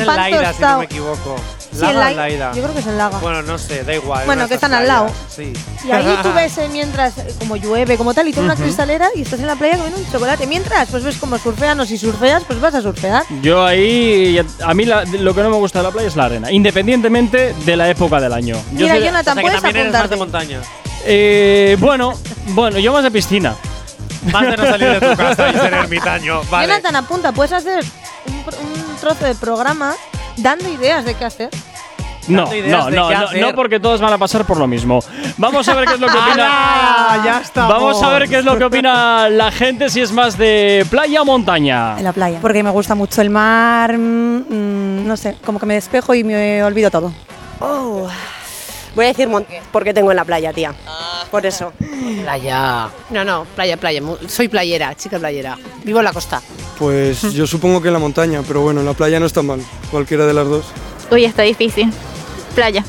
[SPEAKER 3] Es en
[SPEAKER 6] pan
[SPEAKER 3] Laida, si no
[SPEAKER 6] tostado.
[SPEAKER 3] me equivoco.
[SPEAKER 6] Sí,
[SPEAKER 3] Laga
[SPEAKER 6] en
[SPEAKER 3] o
[SPEAKER 6] Lai-
[SPEAKER 3] Laida.
[SPEAKER 6] Yo creo que es en Laga.
[SPEAKER 3] Bueno, no sé, da igual.
[SPEAKER 6] Bueno,
[SPEAKER 3] una de
[SPEAKER 6] que
[SPEAKER 3] estas
[SPEAKER 6] están al lado.
[SPEAKER 3] playas, Sí.
[SPEAKER 6] Y ahí
[SPEAKER 3] (laughs)
[SPEAKER 6] tú ves eh, mientras, eh, como llueve, como tal, y tienes una crisalera y estás en la playa comiendo un chocolate. Mientras, pues ves como surfean o si surfeas, pues vas a surfear.
[SPEAKER 2] Yo ahí, ya- a mí la- lo que no me gusta de la playa es la arena, independientemente de la época del año. Yo
[SPEAKER 6] Mira,
[SPEAKER 2] soy de-
[SPEAKER 3] O sea,
[SPEAKER 6] Jonathan,
[SPEAKER 3] que
[SPEAKER 6] puedes
[SPEAKER 3] también eres más de
[SPEAKER 6] apuntarte.
[SPEAKER 3] montaña.
[SPEAKER 2] eh, bueno, bueno, yo más de piscina.
[SPEAKER 3] Más de no salir de tu casa y ser
[SPEAKER 6] (laughs)
[SPEAKER 3] ermitaño. Vale.
[SPEAKER 6] Jonathan, apunta, puedes hacer un, pro- un trozo de programa dando ideas de qué hacer.
[SPEAKER 2] No,
[SPEAKER 3] Dando ideas
[SPEAKER 2] no,
[SPEAKER 3] de
[SPEAKER 2] no,
[SPEAKER 3] qué
[SPEAKER 2] no,
[SPEAKER 3] hacer.
[SPEAKER 2] no, porque todos van a pasar por lo mismo. Vamos a ver qué es lo
[SPEAKER 3] (laughs)
[SPEAKER 2] que opina.
[SPEAKER 3] ¡Hala! Ya estamos.
[SPEAKER 2] Vamos a ver qué es lo que opina la gente si es más de playa o montaña.
[SPEAKER 10] En la playa. Porque me gusta mucho el mar, mm, mm, no sé, como que me despejo y me olvido todo.
[SPEAKER 12] Voy a decir mont- porque tengo en la playa, tía. Por eso.
[SPEAKER 13] Playa. No, no, playa, playa. Mu- Soy playera, chica playera. Vivo en la costa.
[SPEAKER 11] Pues yo supongo que en la montaña, pero bueno, en la playa no está mal, cualquiera de las dos.
[SPEAKER 5] Uy, está difícil. Playa.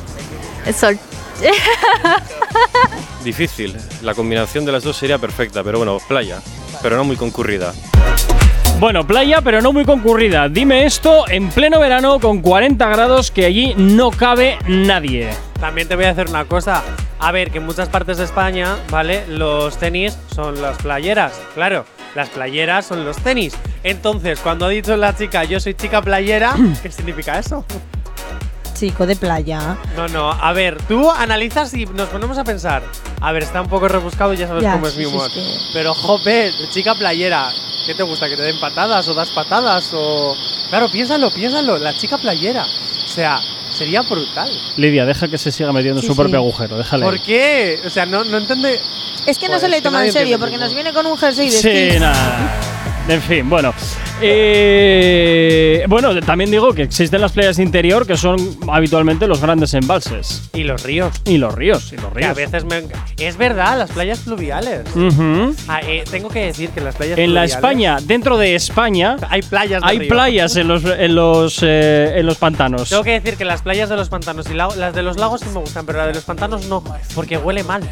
[SPEAKER 5] El sol.
[SPEAKER 9] Difícil. La combinación de las dos sería perfecta, pero bueno, playa. Pero no muy concurrida.
[SPEAKER 2] Bueno, playa, pero no muy concurrida. Dime esto en pleno verano con 40 grados que allí no cabe nadie.
[SPEAKER 3] También te voy a hacer una cosa. A ver, que en muchas partes de España, ¿vale? Los tenis son las playeras, claro. Las playeras son los tenis. Entonces, cuando ha dicho la chica, yo soy chica
[SPEAKER 6] (clears throat)
[SPEAKER 3] playera, ¿qué significa eso?
[SPEAKER 6] Chico de playa.
[SPEAKER 3] No, no, a ver, tú analizas y nos ponemos a pensar. A ver, está un poco rebuscado, ya sabes
[SPEAKER 6] Ya,
[SPEAKER 3] cómo es
[SPEAKER 6] sí,
[SPEAKER 3] mi
[SPEAKER 6] sí,
[SPEAKER 3] humor.
[SPEAKER 6] sí.
[SPEAKER 3] Pero, jope, chica playera, ¿qué te gusta? ¿Que te den patadas o das patadas? O. Claro, piénsalo, piénsalo, la chica playera. O sea, sería brutal.
[SPEAKER 2] Lidia, deja que se siga metiendo en
[SPEAKER 6] Sí,
[SPEAKER 2] su propio
[SPEAKER 6] sí.
[SPEAKER 2] agujero, déjale.
[SPEAKER 3] ¿Por qué? O sea, no, no entiende.
[SPEAKER 6] Es que no
[SPEAKER 3] Joder,
[SPEAKER 6] se
[SPEAKER 3] Pues es
[SPEAKER 6] le
[SPEAKER 3] que
[SPEAKER 6] toma
[SPEAKER 3] nadie
[SPEAKER 6] en serio
[SPEAKER 3] entiende
[SPEAKER 6] porque
[SPEAKER 3] el
[SPEAKER 6] nos
[SPEAKER 3] humor.
[SPEAKER 6] viene con un jersey de
[SPEAKER 2] Sí,
[SPEAKER 6] esquí.
[SPEAKER 2] nada. En fin, bueno. Eh, bueno, también digo que existen las playas de interior que son habitualmente los grandes embalses.
[SPEAKER 3] Y los ríos.
[SPEAKER 2] Y los ríos, y los
[SPEAKER 3] Que a
[SPEAKER 2] ríos.
[SPEAKER 3] veces me... Es verdad, las playas fluviales.
[SPEAKER 2] Ujú.
[SPEAKER 3] Ah, eh, tengo que decir que las playas
[SPEAKER 2] Mm. En la
[SPEAKER 3] fluviales-
[SPEAKER 2] España, dentro de España,
[SPEAKER 3] Hay playas de
[SPEAKER 2] hay
[SPEAKER 3] río.
[SPEAKER 2] playas en los, en los, eh, en los pantanos.
[SPEAKER 3] Tengo que decir que las playas de los pantanos y lago- las de los lagos sí me gustan, pero las de los pantanos no, porque huele mal.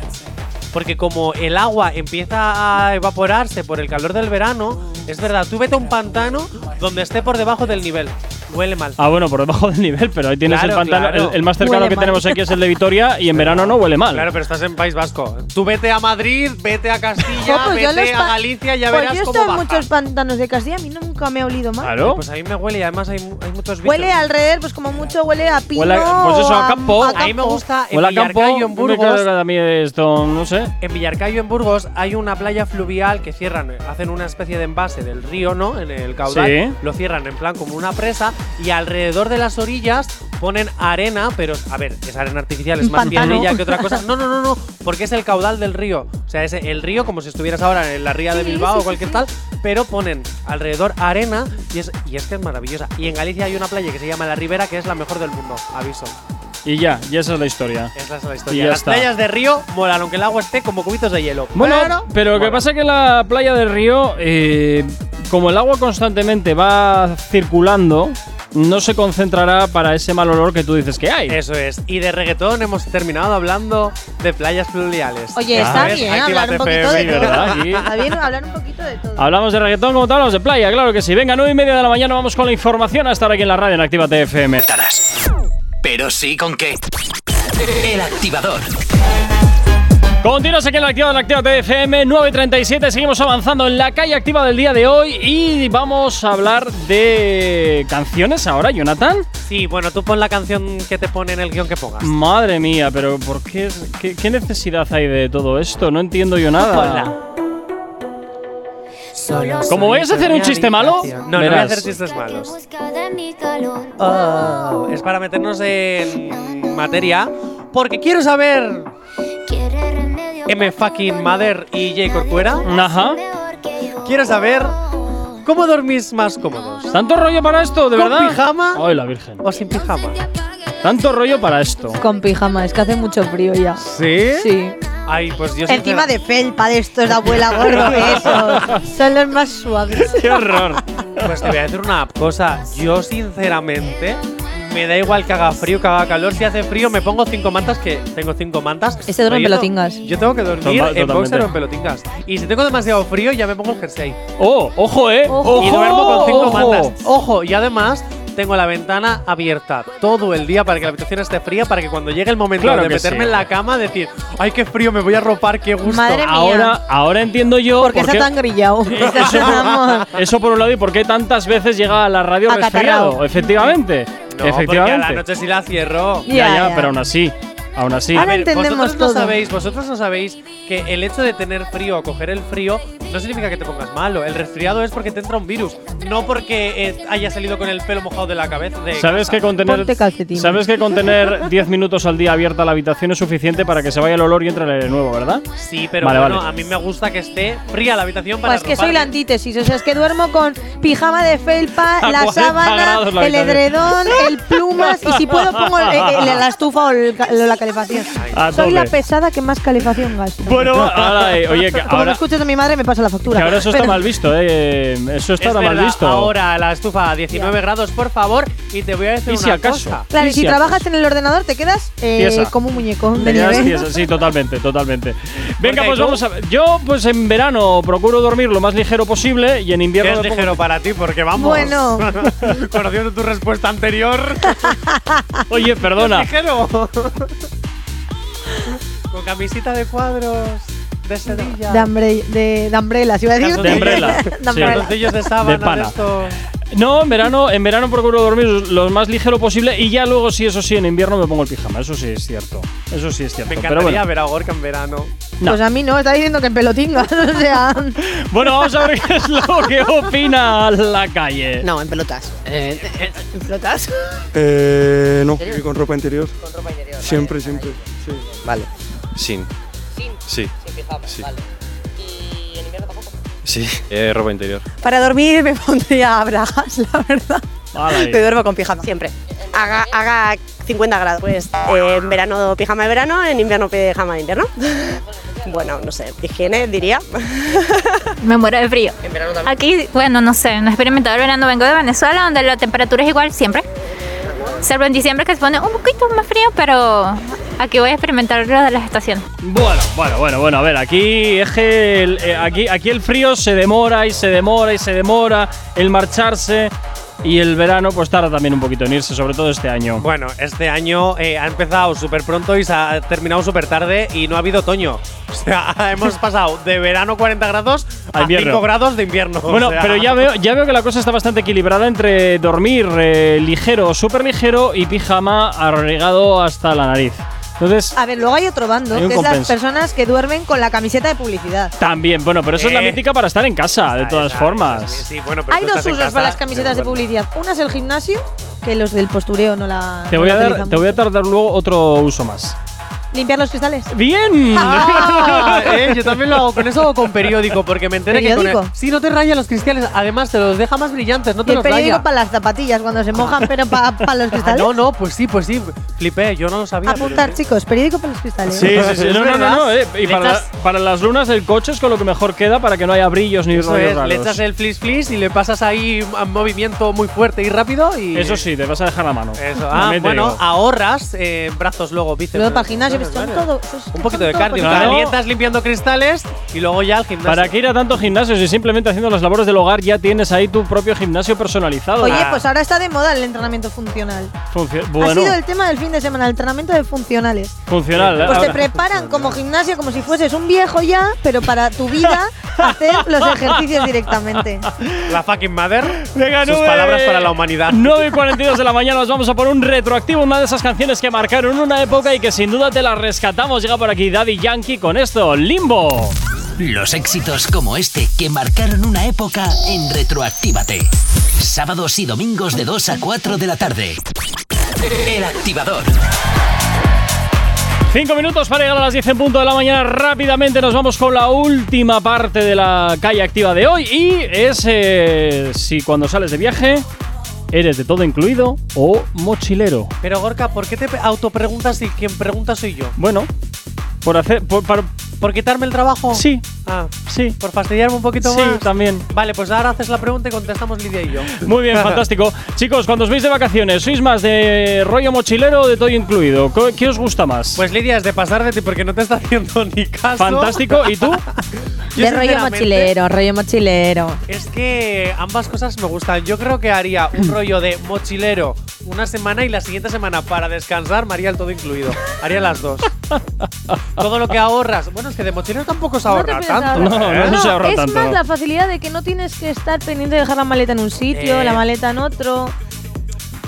[SPEAKER 3] Porque como el agua empieza a evaporarse por el calor del verano, es verdad, tú vete a un pantano donde esté por debajo del nivel. Huele mal.
[SPEAKER 2] Ah, bueno, por debajo del nivel, pero ahí tienes
[SPEAKER 3] Claro,
[SPEAKER 2] el pantalón.
[SPEAKER 3] claro.
[SPEAKER 2] El, el más cercano
[SPEAKER 3] Huele
[SPEAKER 2] que
[SPEAKER 3] mal.
[SPEAKER 2] tenemos aquí es el de Vitoria y en verano no huele mal.
[SPEAKER 3] Claro, pero estás en País Vasco. Tú vete a Madrid, vete a Castilla,
[SPEAKER 6] Jo, (laughs) pues yo los
[SPEAKER 3] vete a
[SPEAKER 6] pa-
[SPEAKER 3] Galicia, ya
[SPEAKER 6] pues
[SPEAKER 3] verás
[SPEAKER 6] yo he
[SPEAKER 3] cómo
[SPEAKER 6] estado en
[SPEAKER 3] baja.
[SPEAKER 6] muchos pantanos de Castilla, a mí nunca me ha olido mal.
[SPEAKER 3] Pues a mí me huele y además hay, mu- hay muchos bichos.
[SPEAKER 6] Huele alrededor, pues como mucho huele a pino.
[SPEAKER 2] Huele a- pues eso, a
[SPEAKER 6] o
[SPEAKER 2] campo.
[SPEAKER 6] a
[SPEAKER 3] A mí me
[SPEAKER 6] campo.
[SPEAKER 3] gusta Ah, eh, en
[SPEAKER 2] Huele a campo.
[SPEAKER 3] Villarcayo, en
[SPEAKER 2] no me cae
[SPEAKER 3] Burgos.
[SPEAKER 2] a mí esto, no sé.
[SPEAKER 3] En Villarcayo, en Burgos, hay una playa fluvial que cierran, eh, hacen una especie de envase del río, ¿no? En el caudal.
[SPEAKER 2] Sí.
[SPEAKER 3] Lo cierran en plan como una presa y alrededor de las orillas ponen arena, pero a ver, es arena artificial, es
[SPEAKER 2] Un
[SPEAKER 3] más bien
[SPEAKER 2] pantano.
[SPEAKER 3] ella que otra cosa. No, no, no, no, porque es el caudal del río. O sea, es el río como si estuvieras ahora en la ría de
[SPEAKER 2] Sí,
[SPEAKER 3] Bilbao
[SPEAKER 2] sí,
[SPEAKER 3] o
[SPEAKER 2] sí,
[SPEAKER 3] cualquier
[SPEAKER 2] sí.
[SPEAKER 3] tal, pero ponen alrededor arena y es, y es que es maravillosa. Y en Galicia hay una playa que se llama La Ribera, que es la mejor del mundo, aviso.
[SPEAKER 2] Y ya, y esa es la historia.
[SPEAKER 3] Esa es la
[SPEAKER 2] Y
[SPEAKER 3] historia.
[SPEAKER 2] ya
[SPEAKER 3] Las
[SPEAKER 2] está.
[SPEAKER 3] playas de río molan, aunque el agua esté como cubitos de hielo.
[SPEAKER 2] Bueno,
[SPEAKER 3] Pero-
[SPEAKER 2] pero lo que pasa es que la playa del río, eh, como el agua constantemente va circulando, no se concentrará para ese mal olor que tú dices que hay.
[SPEAKER 3] Eso es. Y de reggaetón hemos terminado hablando de playas fluviales.
[SPEAKER 6] Oye,
[SPEAKER 2] está
[SPEAKER 3] ¿Sabes?
[SPEAKER 2] bien
[SPEAKER 3] Actívate
[SPEAKER 2] hablar un poquito de
[SPEAKER 3] FM,
[SPEAKER 2] todo.
[SPEAKER 3] ¿verdad?
[SPEAKER 2] Sí.
[SPEAKER 6] (laughs) Está bien hablar un poquito de todo.
[SPEAKER 2] Hablamos de reggaetón como tal, hablamos de playa, claro que sí. Venga, 9 y media de la mañana vamos con la información a estar aquí en la radio en Actívate FM.
[SPEAKER 1] Pero sí con qué. El activador.
[SPEAKER 2] Continuas aquí en la activa de la Activa TFM 937. Seguimos avanzando en la calle activa del día de hoy y vamos a hablar de canciones ahora, Jonathan.
[SPEAKER 3] Sí, bueno, tú pon la canción que te pone en el guión que pongas.
[SPEAKER 2] Madre mía, pero ¿por qué, es- qué, qué necesidad hay de todo esto? No entiendo yo nada. Como vayas a hacer un chiste malo,
[SPEAKER 3] No, no voy a
[SPEAKER 2] verás.
[SPEAKER 3] hacer chistes malos.
[SPEAKER 6] Ah.
[SPEAKER 3] Oh, es para meternos en materia, porque quiero saber. M fucking Mother y J. Corcuera.
[SPEAKER 2] Ajá.
[SPEAKER 3] Quiero saber cómo dormís más cómodos.
[SPEAKER 2] ¿Tanto rollo para esto, de
[SPEAKER 3] ¿Con
[SPEAKER 2] verdad?
[SPEAKER 3] pijama?
[SPEAKER 2] Ay, la virgen.
[SPEAKER 3] ¿O sin pijama?
[SPEAKER 2] ¿Tanto rollo para esto?
[SPEAKER 6] Con pijama, es que hace mucho frío ya.
[SPEAKER 3] ¿Sí?
[SPEAKER 6] Sí.
[SPEAKER 3] Ay, pues yo
[SPEAKER 6] Encima de felpa de estos de abuela gordo que
[SPEAKER 2] (laughs)
[SPEAKER 6] esos. Son los más suaves.
[SPEAKER 2] ¡Qué horror!
[SPEAKER 3] Pues te voy a decir una cosa. Yo, sinceramente, me da igual que haga frío, que haga calor. Si hace frío, me pongo cinco mantas, que tengo cinco mantas.
[SPEAKER 6] Ese duerme en
[SPEAKER 3] Pero yo
[SPEAKER 6] pelotingas.
[SPEAKER 3] no- Yo tengo que dormir
[SPEAKER 2] Total-
[SPEAKER 3] en boxer
[SPEAKER 2] totalmente.
[SPEAKER 3] o en pelotingas. Y si tengo demasiado frío, ya me pongo el jersey.
[SPEAKER 2] ¡Oh! ¡Ojo, eh!
[SPEAKER 3] y duermo con cinco
[SPEAKER 2] ojo.
[SPEAKER 3] mantas. Ojo, y además tengo la ventana abierta todo el día para que la habitación esté fría, para que cuando llegue el momento
[SPEAKER 2] Claro
[SPEAKER 3] de
[SPEAKER 2] que
[SPEAKER 3] meterme
[SPEAKER 2] sí.
[SPEAKER 3] en la cama, decir, ¡ay, qué frío, me voy a ropar, qué gusto!
[SPEAKER 6] Madre mía.
[SPEAKER 2] Ahora, ahora entiendo yo
[SPEAKER 6] Porque
[SPEAKER 2] por
[SPEAKER 6] está
[SPEAKER 2] qué-
[SPEAKER 6] tan grillado.
[SPEAKER 2] (laughs)
[SPEAKER 6] (laughs)
[SPEAKER 2] Eso por, eso por un lado y por qué tantas veces llega a la radio resfriado.
[SPEAKER 6] Acatarrao.
[SPEAKER 2] Efectivamente.
[SPEAKER 3] No, porque a la
[SPEAKER 2] efectivamente.
[SPEAKER 3] noche sí la cierro.
[SPEAKER 2] Ya, ya, pero aún así. Aún así.
[SPEAKER 3] A ver, vosotros
[SPEAKER 6] todo.
[SPEAKER 3] No sabéis, vosotros no sabéis que el hecho de tener frío o coger el frío no significa que te pongas malo. El resfriado es porque te entra un virus, no porque eh, haya salido con el pelo mojado de la cabeza. de
[SPEAKER 2] ¿Sabes
[SPEAKER 3] casa.
[SPEAKER 2] que, con tener,
[SPEAKER 6] Ponte calcetines.
[SPEAKER 2] ¿Sabes que con tener 10 minutos al día abierta la habitación es suficiente para que se vaya el olor y entre el nuevo, verdad?
[SPEAKER 3] Sí, pero
[SPEAKER 2] Vale,
[SPEAKER 3] bueno,
[SPEAKER 2] vale.
[SPEAKER 3] a mí me gusta que esté fría la habitación para
[SPEAKER 6] Pues que soy
[SPEAKER 3] arroparme.
[SPEAKER 6] la antítesis, o sea, es que duermo con pijama de felpa,
[SPEAKER 3] A
[SPEAKER 6] la
[SPEAKER 3] 40
[SPEAKER 6] sábana,
[SPEAKER 3] grados la
[SPEAKER 6] el
[SPEAKER 3] habitación.
[SPEAKER 6] edredón, el plumas y si puedo pongo el- el- el- la estufa o el ca- la calefacción.
[SPEAKER 2] A
[SPEAKER 6] Soy la
[SPEAKER 2] tope.
[SPEAKER 6] pesada que más calefacción gasta.
[SPEAKER 2] Bueno, (laughs) ahora, eh, oye, que
[SPEAKER 6] Como me
[SPEAKER 2] ahora,
[SPEAKER 6] escuches de mi madre me pasa la factura.
[SPEAKER 2] que ahora eso está
[SPEAKER 6] Pero-
[SPEAKER 2] mal visto, ¿eh? Eso está
[SPEAKER 3] Es
[SPEAKER 2] ahora mal
[SPEAKER 3] verdad,
[SPEAKER 2] visto.
[SPEAKER 3] Ahora la estufa a 19 grados, por favor, y te voy a decir
[SPEAKER 2] ¿Y si
[SPEAKER 3] una
[SPEAKER 2] acaso?
[SPEAKER 3] cosa.
[SPEAKER 6] Claro, y si
[SPEAKER 2] Tiesa.
[SPEAKER 6] trabajas en el ordenador te quedas eh,
[SPEAKER 2] Tiesa.
[SPEAKER 6] como un muñeco de
[SPEAKER 2] Te quedas
[SPEAKER 6] nieve.
[SPEAKER 2] tiesa, sí, totalmente, totalmente. Venga,
[SPEAKER 3] Porque
[SPEAKER 2] pues
[SPEAKER 3] tú-
[SPEAKER 2] vamos a ver. Yo, pues en verano procuro dormir lo más ligero posible y en
[SPEAKER 3] ¿Qué
[SPEAKER 2] invierno.
[SPEAKER 3] es
[SPEAKER 2] me pongo-
[SPEAKER 3] ligero para ti? Porque vamos. (laughs)
[SPEAKER 6] Bueno.
[SPEAKER 3] Conociendo tu respuesta
[SPEAKER 6] (laughs)
[SPEAKER 3] anterior. (laughs)
[SPEAKER 2] Oye, perdona.
[SPEAKER 3] ligero. (laughs) Con camisita de cuadros de Sevilla.
[SPEAKER 6] De, hambre, de, de umbrellas, iba a decir.
[SPEAKER 2] De
[SPEAKER 3] (laughs)
[SPEAKER 2] umbrella,
[SPEAKER 6] (laughs) De
[SPEAKER 2] sí.
[SPEAKER 6] umbrella.
[SPEAKER 3] Calzoncillos de sábana,
[SPEAKER 2] De pana.
[SPEAKER 3] de esto.
[SPEAKER 2] No, en verano, en verano procuro dormir lo más ligero posible y ya luego, sí, eso sí, en invierno me pongo el pijama. Eso sí es cierto. Eso sí es cierto.
[SPEAKER 3] Me
[SPEAKER 2] Pero
[SPEAKER 3] encantaría
[SPEAKER 2] bueno.
[SPEAKER 3] ver a Gorka en verano.
[SPEAKER 2] No.
[SPEAKER 6] Pues a mí no, (laughs) está diciendo que en pelotingas, o sea.
[SPEAKER 2] bueno, vamos a ver qué es lo que opina la calle.
[SPEAKER 13] No, en pelotas. Eh, eh, ¿En pelotas?
[SPEAKER 11] Eh, no, y con ropa interior. Con ropa interior. Siempre, siempre. Sí.
[SPEAKER 9] Vale. Sin.
[SPEAKER 10] Sin.
[SPEAKER 9] Sí.
[SPEAKER 10] pijama,
[SPEAKER 9] Sí.
[SPEAKER 10] vale. Y en invierno tampoco.
[SPEAKER 9] Sí. Eh, ropa interior.
[SPEAKER 10] Para dormir me pondría bragas, la verdad.
[SPEAKER 2] Vale.
[SPEAKER 10] Te duermo con pijama.
[SPEAKER 12] Siempre. Haga, haga 50 grados. Pues eh, en verano pijama de verano, en invierno pijama de invierno. (laughs) bueno, no sé, higiene diría.
[SPEAKER 5] Me muero de frío.
[SPEAKER 10] En verano también.
[SPEAKER 5] Aquí, bueno, no sé, no he experimentado el verano. Vengo de Venezuela, donde la temperatura es igual siempre. Salvo en diciembre que se pone un poquito más frío, pero aquí voy a experimentar lo de las estaciones.
[SPEAKER 2] Bueno, bueno, bueno, bueno, a ver, aquí es que el, eh, aquí, aquí el frío se demora y se demora y se demora, el marcharse. y el verano pues tarda también un poquito en irse, sobre todo este año.
[SPEAKER 3] Bueno, este año eh, ha empezado súper pronto y se ha terminado súper tarde y no ha habido otoño. (laughs) O sea, hemos pasado de verano 40 grados
[SPEAKER 2] A
[SPEAKER 3] a,
[SPEAKER 2] invierno.
[SPEAKER 3] 5 grados de invierno. o
[SPEAKER 2] Bueno,
[SPEAKER 3] sea.
[SPEAKER 2] pero
[SPEAKER 3] (laughs)
[SPEAKER 2] ya veo, ya veo que la cosa está bastante equilibrada entre dormir eh, ligero, súper ligero y pijama arregado hasta la nariz. Entonces,
[SPEAKER 6] A ver, luego hay otro bando,
[SPEAKER 2] Hay un
[SPEAKER 6] que es las
[SPEAKER 2] compenso.
[SPEAKER 6] personas que duermen con la camiseta de publicidad.
[SPEAKER 2] también, bueno, pero eso es la
[SPEAKER 3] Eh.
[SPEAKER 2] mítica para estar en casa, de todas formas.
[SPEAKER 3] Sí, bueno, pero
[SPEAKER 6] Hay
[SPEAKER 3] tú
[SPEAKER 6] dos
[SPEAKER 3] estás en
[SPEAKER 6] usos
[SPEAKER 3] casa,
[SPEAKER 6] para las camisetas de publicidad. Una es el gimnasio, que los del postureo no la.
[SPEAKER 2] Te
[SPEAKER 6] no
[SPEAKER 2] voy,
[SPEAKER 6] la
[SPEAKER 2] a dar,
[SPEAKER 6] utilizan.
[SPEAKER 2] te voy a tardar luego otro uso más.
[SPEAKER 6] Limpiar los cristales.
[SPEAKER 2] ¡Bien!
[SPEAKER 3] Ah, (laughs) eh, yo también lo hago con eso o con periódico, porque me enteré que con
[SPEAKER 6] ¿Periódico?
[SPEAKER 3] el- Sí, no te raya los cristales, además te los deja más brillantes, no
[SPEAKER 6] Y
[SPEAKER 3] te
[SPEAKER 6] el
[SPEAKER 3] los
[SPEAKER 6] periódico
[SPEAKER 3] raya.
[SPEAKER 6] para las zapatillas cuando se mojan, pero para los
[SPEAKER 3] Ah,
[SPEAKER 6] cristales.
[SPEAKER 3] no, no, pues sí, pues sí, flipé, yo no lo sabía. pero-
[SPEAKER 6] Apuntar, chicos, periódico para los cristales.
[SPEAKER 2] Sí, sí, sí.
[SPEAKER 3] (laughs) Es
[SPEAKER 2] No, no, no.
[SPEAKER 3] verdad.
[SPEAKER 2] no, eh. Y
[SPEAKER 3] Le
[SPEAKER 2] para, la-
[SPEAKER 3] echas-
[SPEAKER 2] para las lunas del coche es con lo que mejor queda para que no haya brillos ni
[SPEAKER 3] Eso
[SPEAKER 2] rollos
[SPEAKER 3] es, le
[SPEAKER 2] raros.
[SPEAKER 3] echas el flis flis y le pasas ahí un movimiento muy fuerte y rápido y.
[SPEAKER 2] Eso sí, te vas a dejar la mano.
[SPEAKER 3] Eso, ah,
[SPEAKER 2] También te
[SPEAKER 3] bueno,
[SPEAKER 2] digo.
[SPEAKER 3] ahorras eh, brazos luego, bíceps.
[SPEAKER 6] Luego para el gimnasio, que son
[SPEAKER 3] Claro.
[SPEAKER 6] todo.
[SPEAKER 3] Un poquito de cardio,
[SPEAKER 2] Claro.
[SPEAKER 3] calientas limpiando cristales y luego ya al gimnasio.
[SPEAKER 2] ¿Para qué ir a tantos gimnasios si simplemente haciendo las labores del hogar ya tienes ahí tu propio gimnasio personalizado? Ah,
[SPEAKER 6] Oye, pues ahora está de moda el entrenamiento funcional.
[SPEAKER 2] Funcio- bueno,
[SPEAKER 6] Ha sido el tema del fin de semana, el entrenamiento de funcionales.
[SPEAKER 2] funcional. eh.
[SPEAKER 6] Pues te
[SPEAKER 2] ahora.
[SPEAKER 6] preparan como gimnasia, como si fueses un viejo ya, pero para tu
[SPEAKER 3] (laughs)
[SPEAKER 6] vida hacer los ejercicios directamente.
[SPEAKER 3] La fucking mother.
[SPEAKER 2] Venga,
[SPEAKER 3] sus
[SPEAKER 2] nube.
[SPEAKER 3] palabras para la humanidad.
[SPEAKER 2] 9 y 42 de la mañana nos vamos a por un retroactivo, una de esas canciones que marcaron una época y que sin duda te la rescatamos. Llega por aquí Daddy Yankee con esto, Limbo.
[SPEAKER 1] Los éxitos como este que marcaron una época en Retroactívate. Sábados y domingos de 2 a 4 de la tarde. El activador.
[SPEAKER 2] Cinco minutos para llegar a las 10 en punto de la mañana. Rápidamente nos vamos con la última parte de la calle activa de hoy. Y es eh, si cuando sales de viaje eres de todo incluido o mochilero.
[SPEAKER 3] Pero Gorka, ¿por qué te pe- autopreguntas si quien pregunta soy yo?
[SPEAKER 2] Bueno, por hacer. Por, para-
[SPEAKER 3] ¿Por quitarme el trabajo?
[SPEAKER 2] sí,
[SPEAKER 3] Ah,
[SPEAKER 2] sí.
[SPEAKER 3] por fastidiarme Oh. un poquito
[SPEAKER 2] Sí,
[SPEAKER 3] más.
[SPEAKER 2] también.
[SPEAKER 3] Vale, pues ahora haces la pregunta y contestamos Lidia y yo.
[SPEAKER 2] Muy bien, fantástico. Chicos, cuando os veis de vacaciones, ¿sois más de rollo mochilero o de todo incluido? ¿Qué, qué os gusta más?
[SPEAKER 3] Pues Lidia, es de pasar de ti porque no te está haciendo ni caso.
[SPEAKER 2] Fantástico. ¿Y tú?
[SPEAKER 3] Yo,
[SPEAKER 10] De rollo
[SPEAKER 3] sinceramente,
[SPEAKER 10] mochilero, rollo mochilero.
[SPEAKER 3] Es que ambas cosas me gustan. Yo creo que haría un rollo de mochilero una semana y la siguiente semana para descansar me haría el todo incluido. Haría
[SPEAKER 2] (laughs)
[SPEAKER 3] las dos. todo lo que ahorras. Bueno, es que de mochilero tampoco se
[SPEAKER 6] No te
[SPEAKER 3] ahorra
[SPEAKER 6] piensas
[SPEAKER 3] tanto.
[SPEAKER 6] ahorrar.
[SPEAKER 2] No, no,
[SPEAKER 3] ¿eh?
[SPEAKER 2] no se ahorra
[SPEAKER 6] es
[SPEAKER 2] tanto.
[SPEAKER 6] más la facilidad de que no tienes que estar pendiente de dejar la maleta en un sitio,
[SPEAKER 3] Eh.
[SPEAKER 6] la maleta en otro.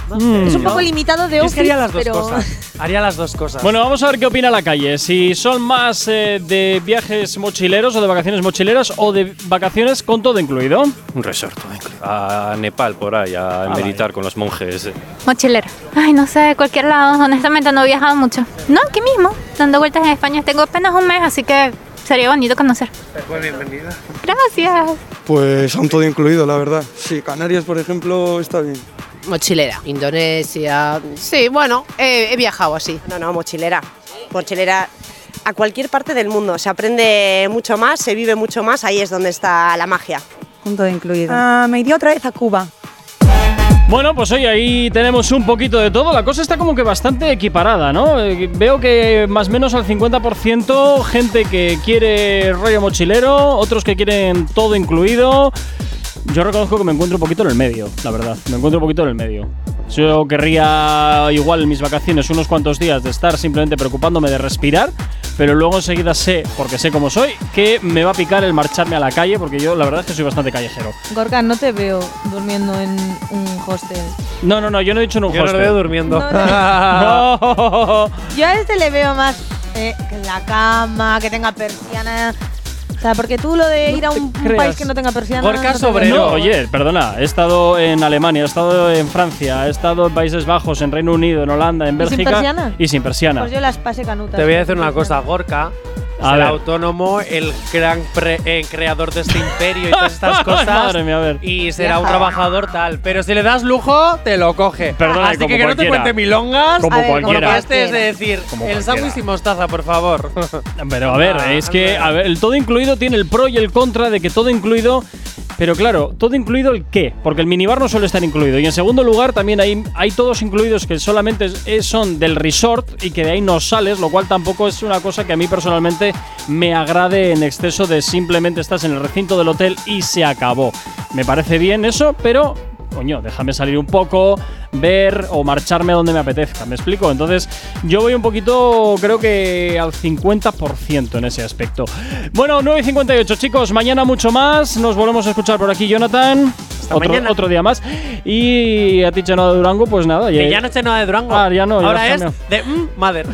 [SPEAKER 3] No sé,
[SPEAKER 2] Mm.
[SPEAKER 6] Es un
[SPEAKER 3] yo-
[SPEAKER 6] poco limitado de
[SPEAKER 3] Yo es que
[SPEAKER 6] office,
[SPEAKER 3] haría las dos
[SPEAKER 6] pero
[SPEAKER 3] cosas. Haría las dos cosas.
[SPEAKER 2] Bueno, vamos a ver qué opina la calle. Si son más eh, de viajes mochileros o de vacaciones mochileras o de vacaciones con todo incluido.
[SPEAKER 9] Un resort. todo incluido. A Nepal, por ahí, a
[SPEAKER 4] Ah,
[SPEAKER 9] meditar con los monjes. eh.
[SPEAKER 5] Mochilero. Ay, no sé, de cualquier lado. Honestamente no he viajado mucho. No, aquí mismo, dando vueltas en España. Tengo apenas un mes, así que sería bonito conocer.
[SPEAKER 10] Pues,
[SPEAKER 3] bienvenida.
[SPEAKER 5] Gracias.
[SPEAKER 11] Pues aún todo incluido, la verdad. Sí, Canarias, por ejemplo, está bien.
[SPEAKER 13] Mochilera. Indonesia. Sí, bueno, he, he viajado así.
[SPEAKER 12] No, no, mochilera. Mochilera a cualquier parte del mundo. Se aprende mucho más, se vive mucho más, ahí es donde está la magia.
[SPEAKER 10] Junto incluido. Ah, me iría otra vez a Cuba.
[SPEAKER 2] Bueno, pues hoy ahí tenemos un poquito de todo. La cosa está como que bastante equiparada, ¿no? Eh, Veo que más o menos al 50% gente que quiere rollo mochilero, otros que quieren todo incluido. Yo reconozco que me encuentro un poquito en el medio, la verdad. Me encuentro un poquito en el medio. Yo querría igual en mis vacaciones unos cuantos días de estar simplemente preocupándome de respirar, pero luego enseguida sé, porque sé cómo soy, que me va a picar el marcharme a la calle, porque yo la verdad es que soy bastante callejero.
[SPEAKER 6] Gorka, no te veo durmiendo en un hostel.
[SPEAKER 2] No, no, no, yo no he dicho en un
[SPEAKER 3] Yo no lo
[SPEAKER 2] hostel.
[SPEAKER 3] veo durmiendo. (laughs)
[SPEAKER 6] No, no.
[SPEAKER 2] No.
[SPEAKER 6] Yo a este le veo más eh, que en la cama, que tenga persiana. O sea, porque tú lo de ir a un, un
[SPEAKER 3] creas.
[SPEAKER 6] país que no tenga persiana.
[SPEAKER 3] Gorka
[SPEAKER 6] no te veo.
[SPEAKER 3] Sobrero.
[SPEAKER 2] No, oye, perdona, he estado en Alemania, he estado en Francia, he estado en Países Bajos, en Reino Unido, en Holanda, en
[SPEAKER 6] ¿Y sin
[SPEAKER 2] Bélgica.
[SPEAKER 6] persiana?
[SPEAKER 2] Y sin persiana.
[SPEAKER 6] Pues yo las pasé canutas.
[SPEAKER 3] Te voy a decir una cosa, Gorka.
[SPEAKER 2] A
[SPEAKER 3] el
[SPEAKER 2] ver.
[SPEAKER 3] autónomo, el gran pre- eh, creador de este imperio y
[SPEAKER 2] (laughs)
[SPEAKER 3] todas estas cosas.
[SPEAKER 2] Madre mía, a ver.
[SPEAKER 3] Y será un trabajador tal. Pero si le das lujo, te lo coge.
[SPEAKER 2] Perdona,
[SPEAKER 3] Así
[SPEAKER 2] como
[SPEAKER 3] que que no te
[SPEAKER 2] cualquiera.
[SPEAKER 3] cuente milongas.
[SPEAKER 2] Como
[SPEAKER 3] A ver,
[SPEAKER 2] cualquiera.
[SPEAKER 3] Porque este es de decir,
[SPEAKER 2] Como
[SPEAKER 3] el
[SPEAKER 2] cualquiera.
[SPEAKER 3] sándwich y mostaza,
[SPEAKER 2] (laughs)
[SPEAKER 3] por favor.
[SPEAKER 2] Pero a ver,
[SPEAKER 3] Ah,
[SPEAKER 2] es que
[SPEAKER 3] anda.
[SPEAKER 2] a ver, el todo incluido tiene el pro y el contra de que todo incluido. Pero claro, todo incluido el qué, porque el minibar no suele estar incluido. Y en segundo lugar, también hay, hay todos incluidos que solamente es- es- son del resort y que de ahí no sales, lo cual tampoco es una cosa que a mí personalmente me agrade en exceso de simplemente estás en el recinto del hotel y se acabó. Me parece bien eso, pero coño, déjame salir un poco, ver o marcharme donde me apetezca. ¿Me explico? Entonces, yo voy un poquito, creo que al 50% en ese aspecto. Bueno, 9 y 58, chicos. Mañana mucho más. Nos volvemos a escuchar por aquí, Jonathan. Otro,
[SPEAKER 3] mañana.
[SPEAKER 2] otro día más. Y a ti, Chenoa de Durango, pues nada.
[SPEAKER 3] Que ya no esté nada de Durango.
[SPEAKER 2] Ah, ya no, ya
[SPEAKER 3] Ahora
[SPEAKER 2] lo
[SPEAKER 3] es
[SPEAKER 2] cambio.
[SPEAKER 3] de mm, Mother.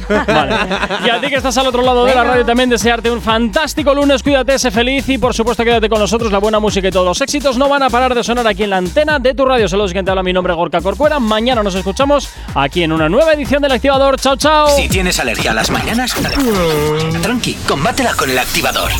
[SPEAKER 2] Y a ti que estás al otro lado de la radio también desearte un fantástico lunes, cuídate, sé feliz y por supuesto quédate con nosotros, la buena música y todos los éxitos no van a parar de sonar aquí en la antena de tu radio. Saludos, quien te habla, mi nombre es Gorka Corcuera. Mañana nos escuchamos aquí en una nueva edición del Activador. Chao, chao.
[SPEAKER 1] Si tienes alergia a las mañanas, dale. tranqui, combátela con el activador.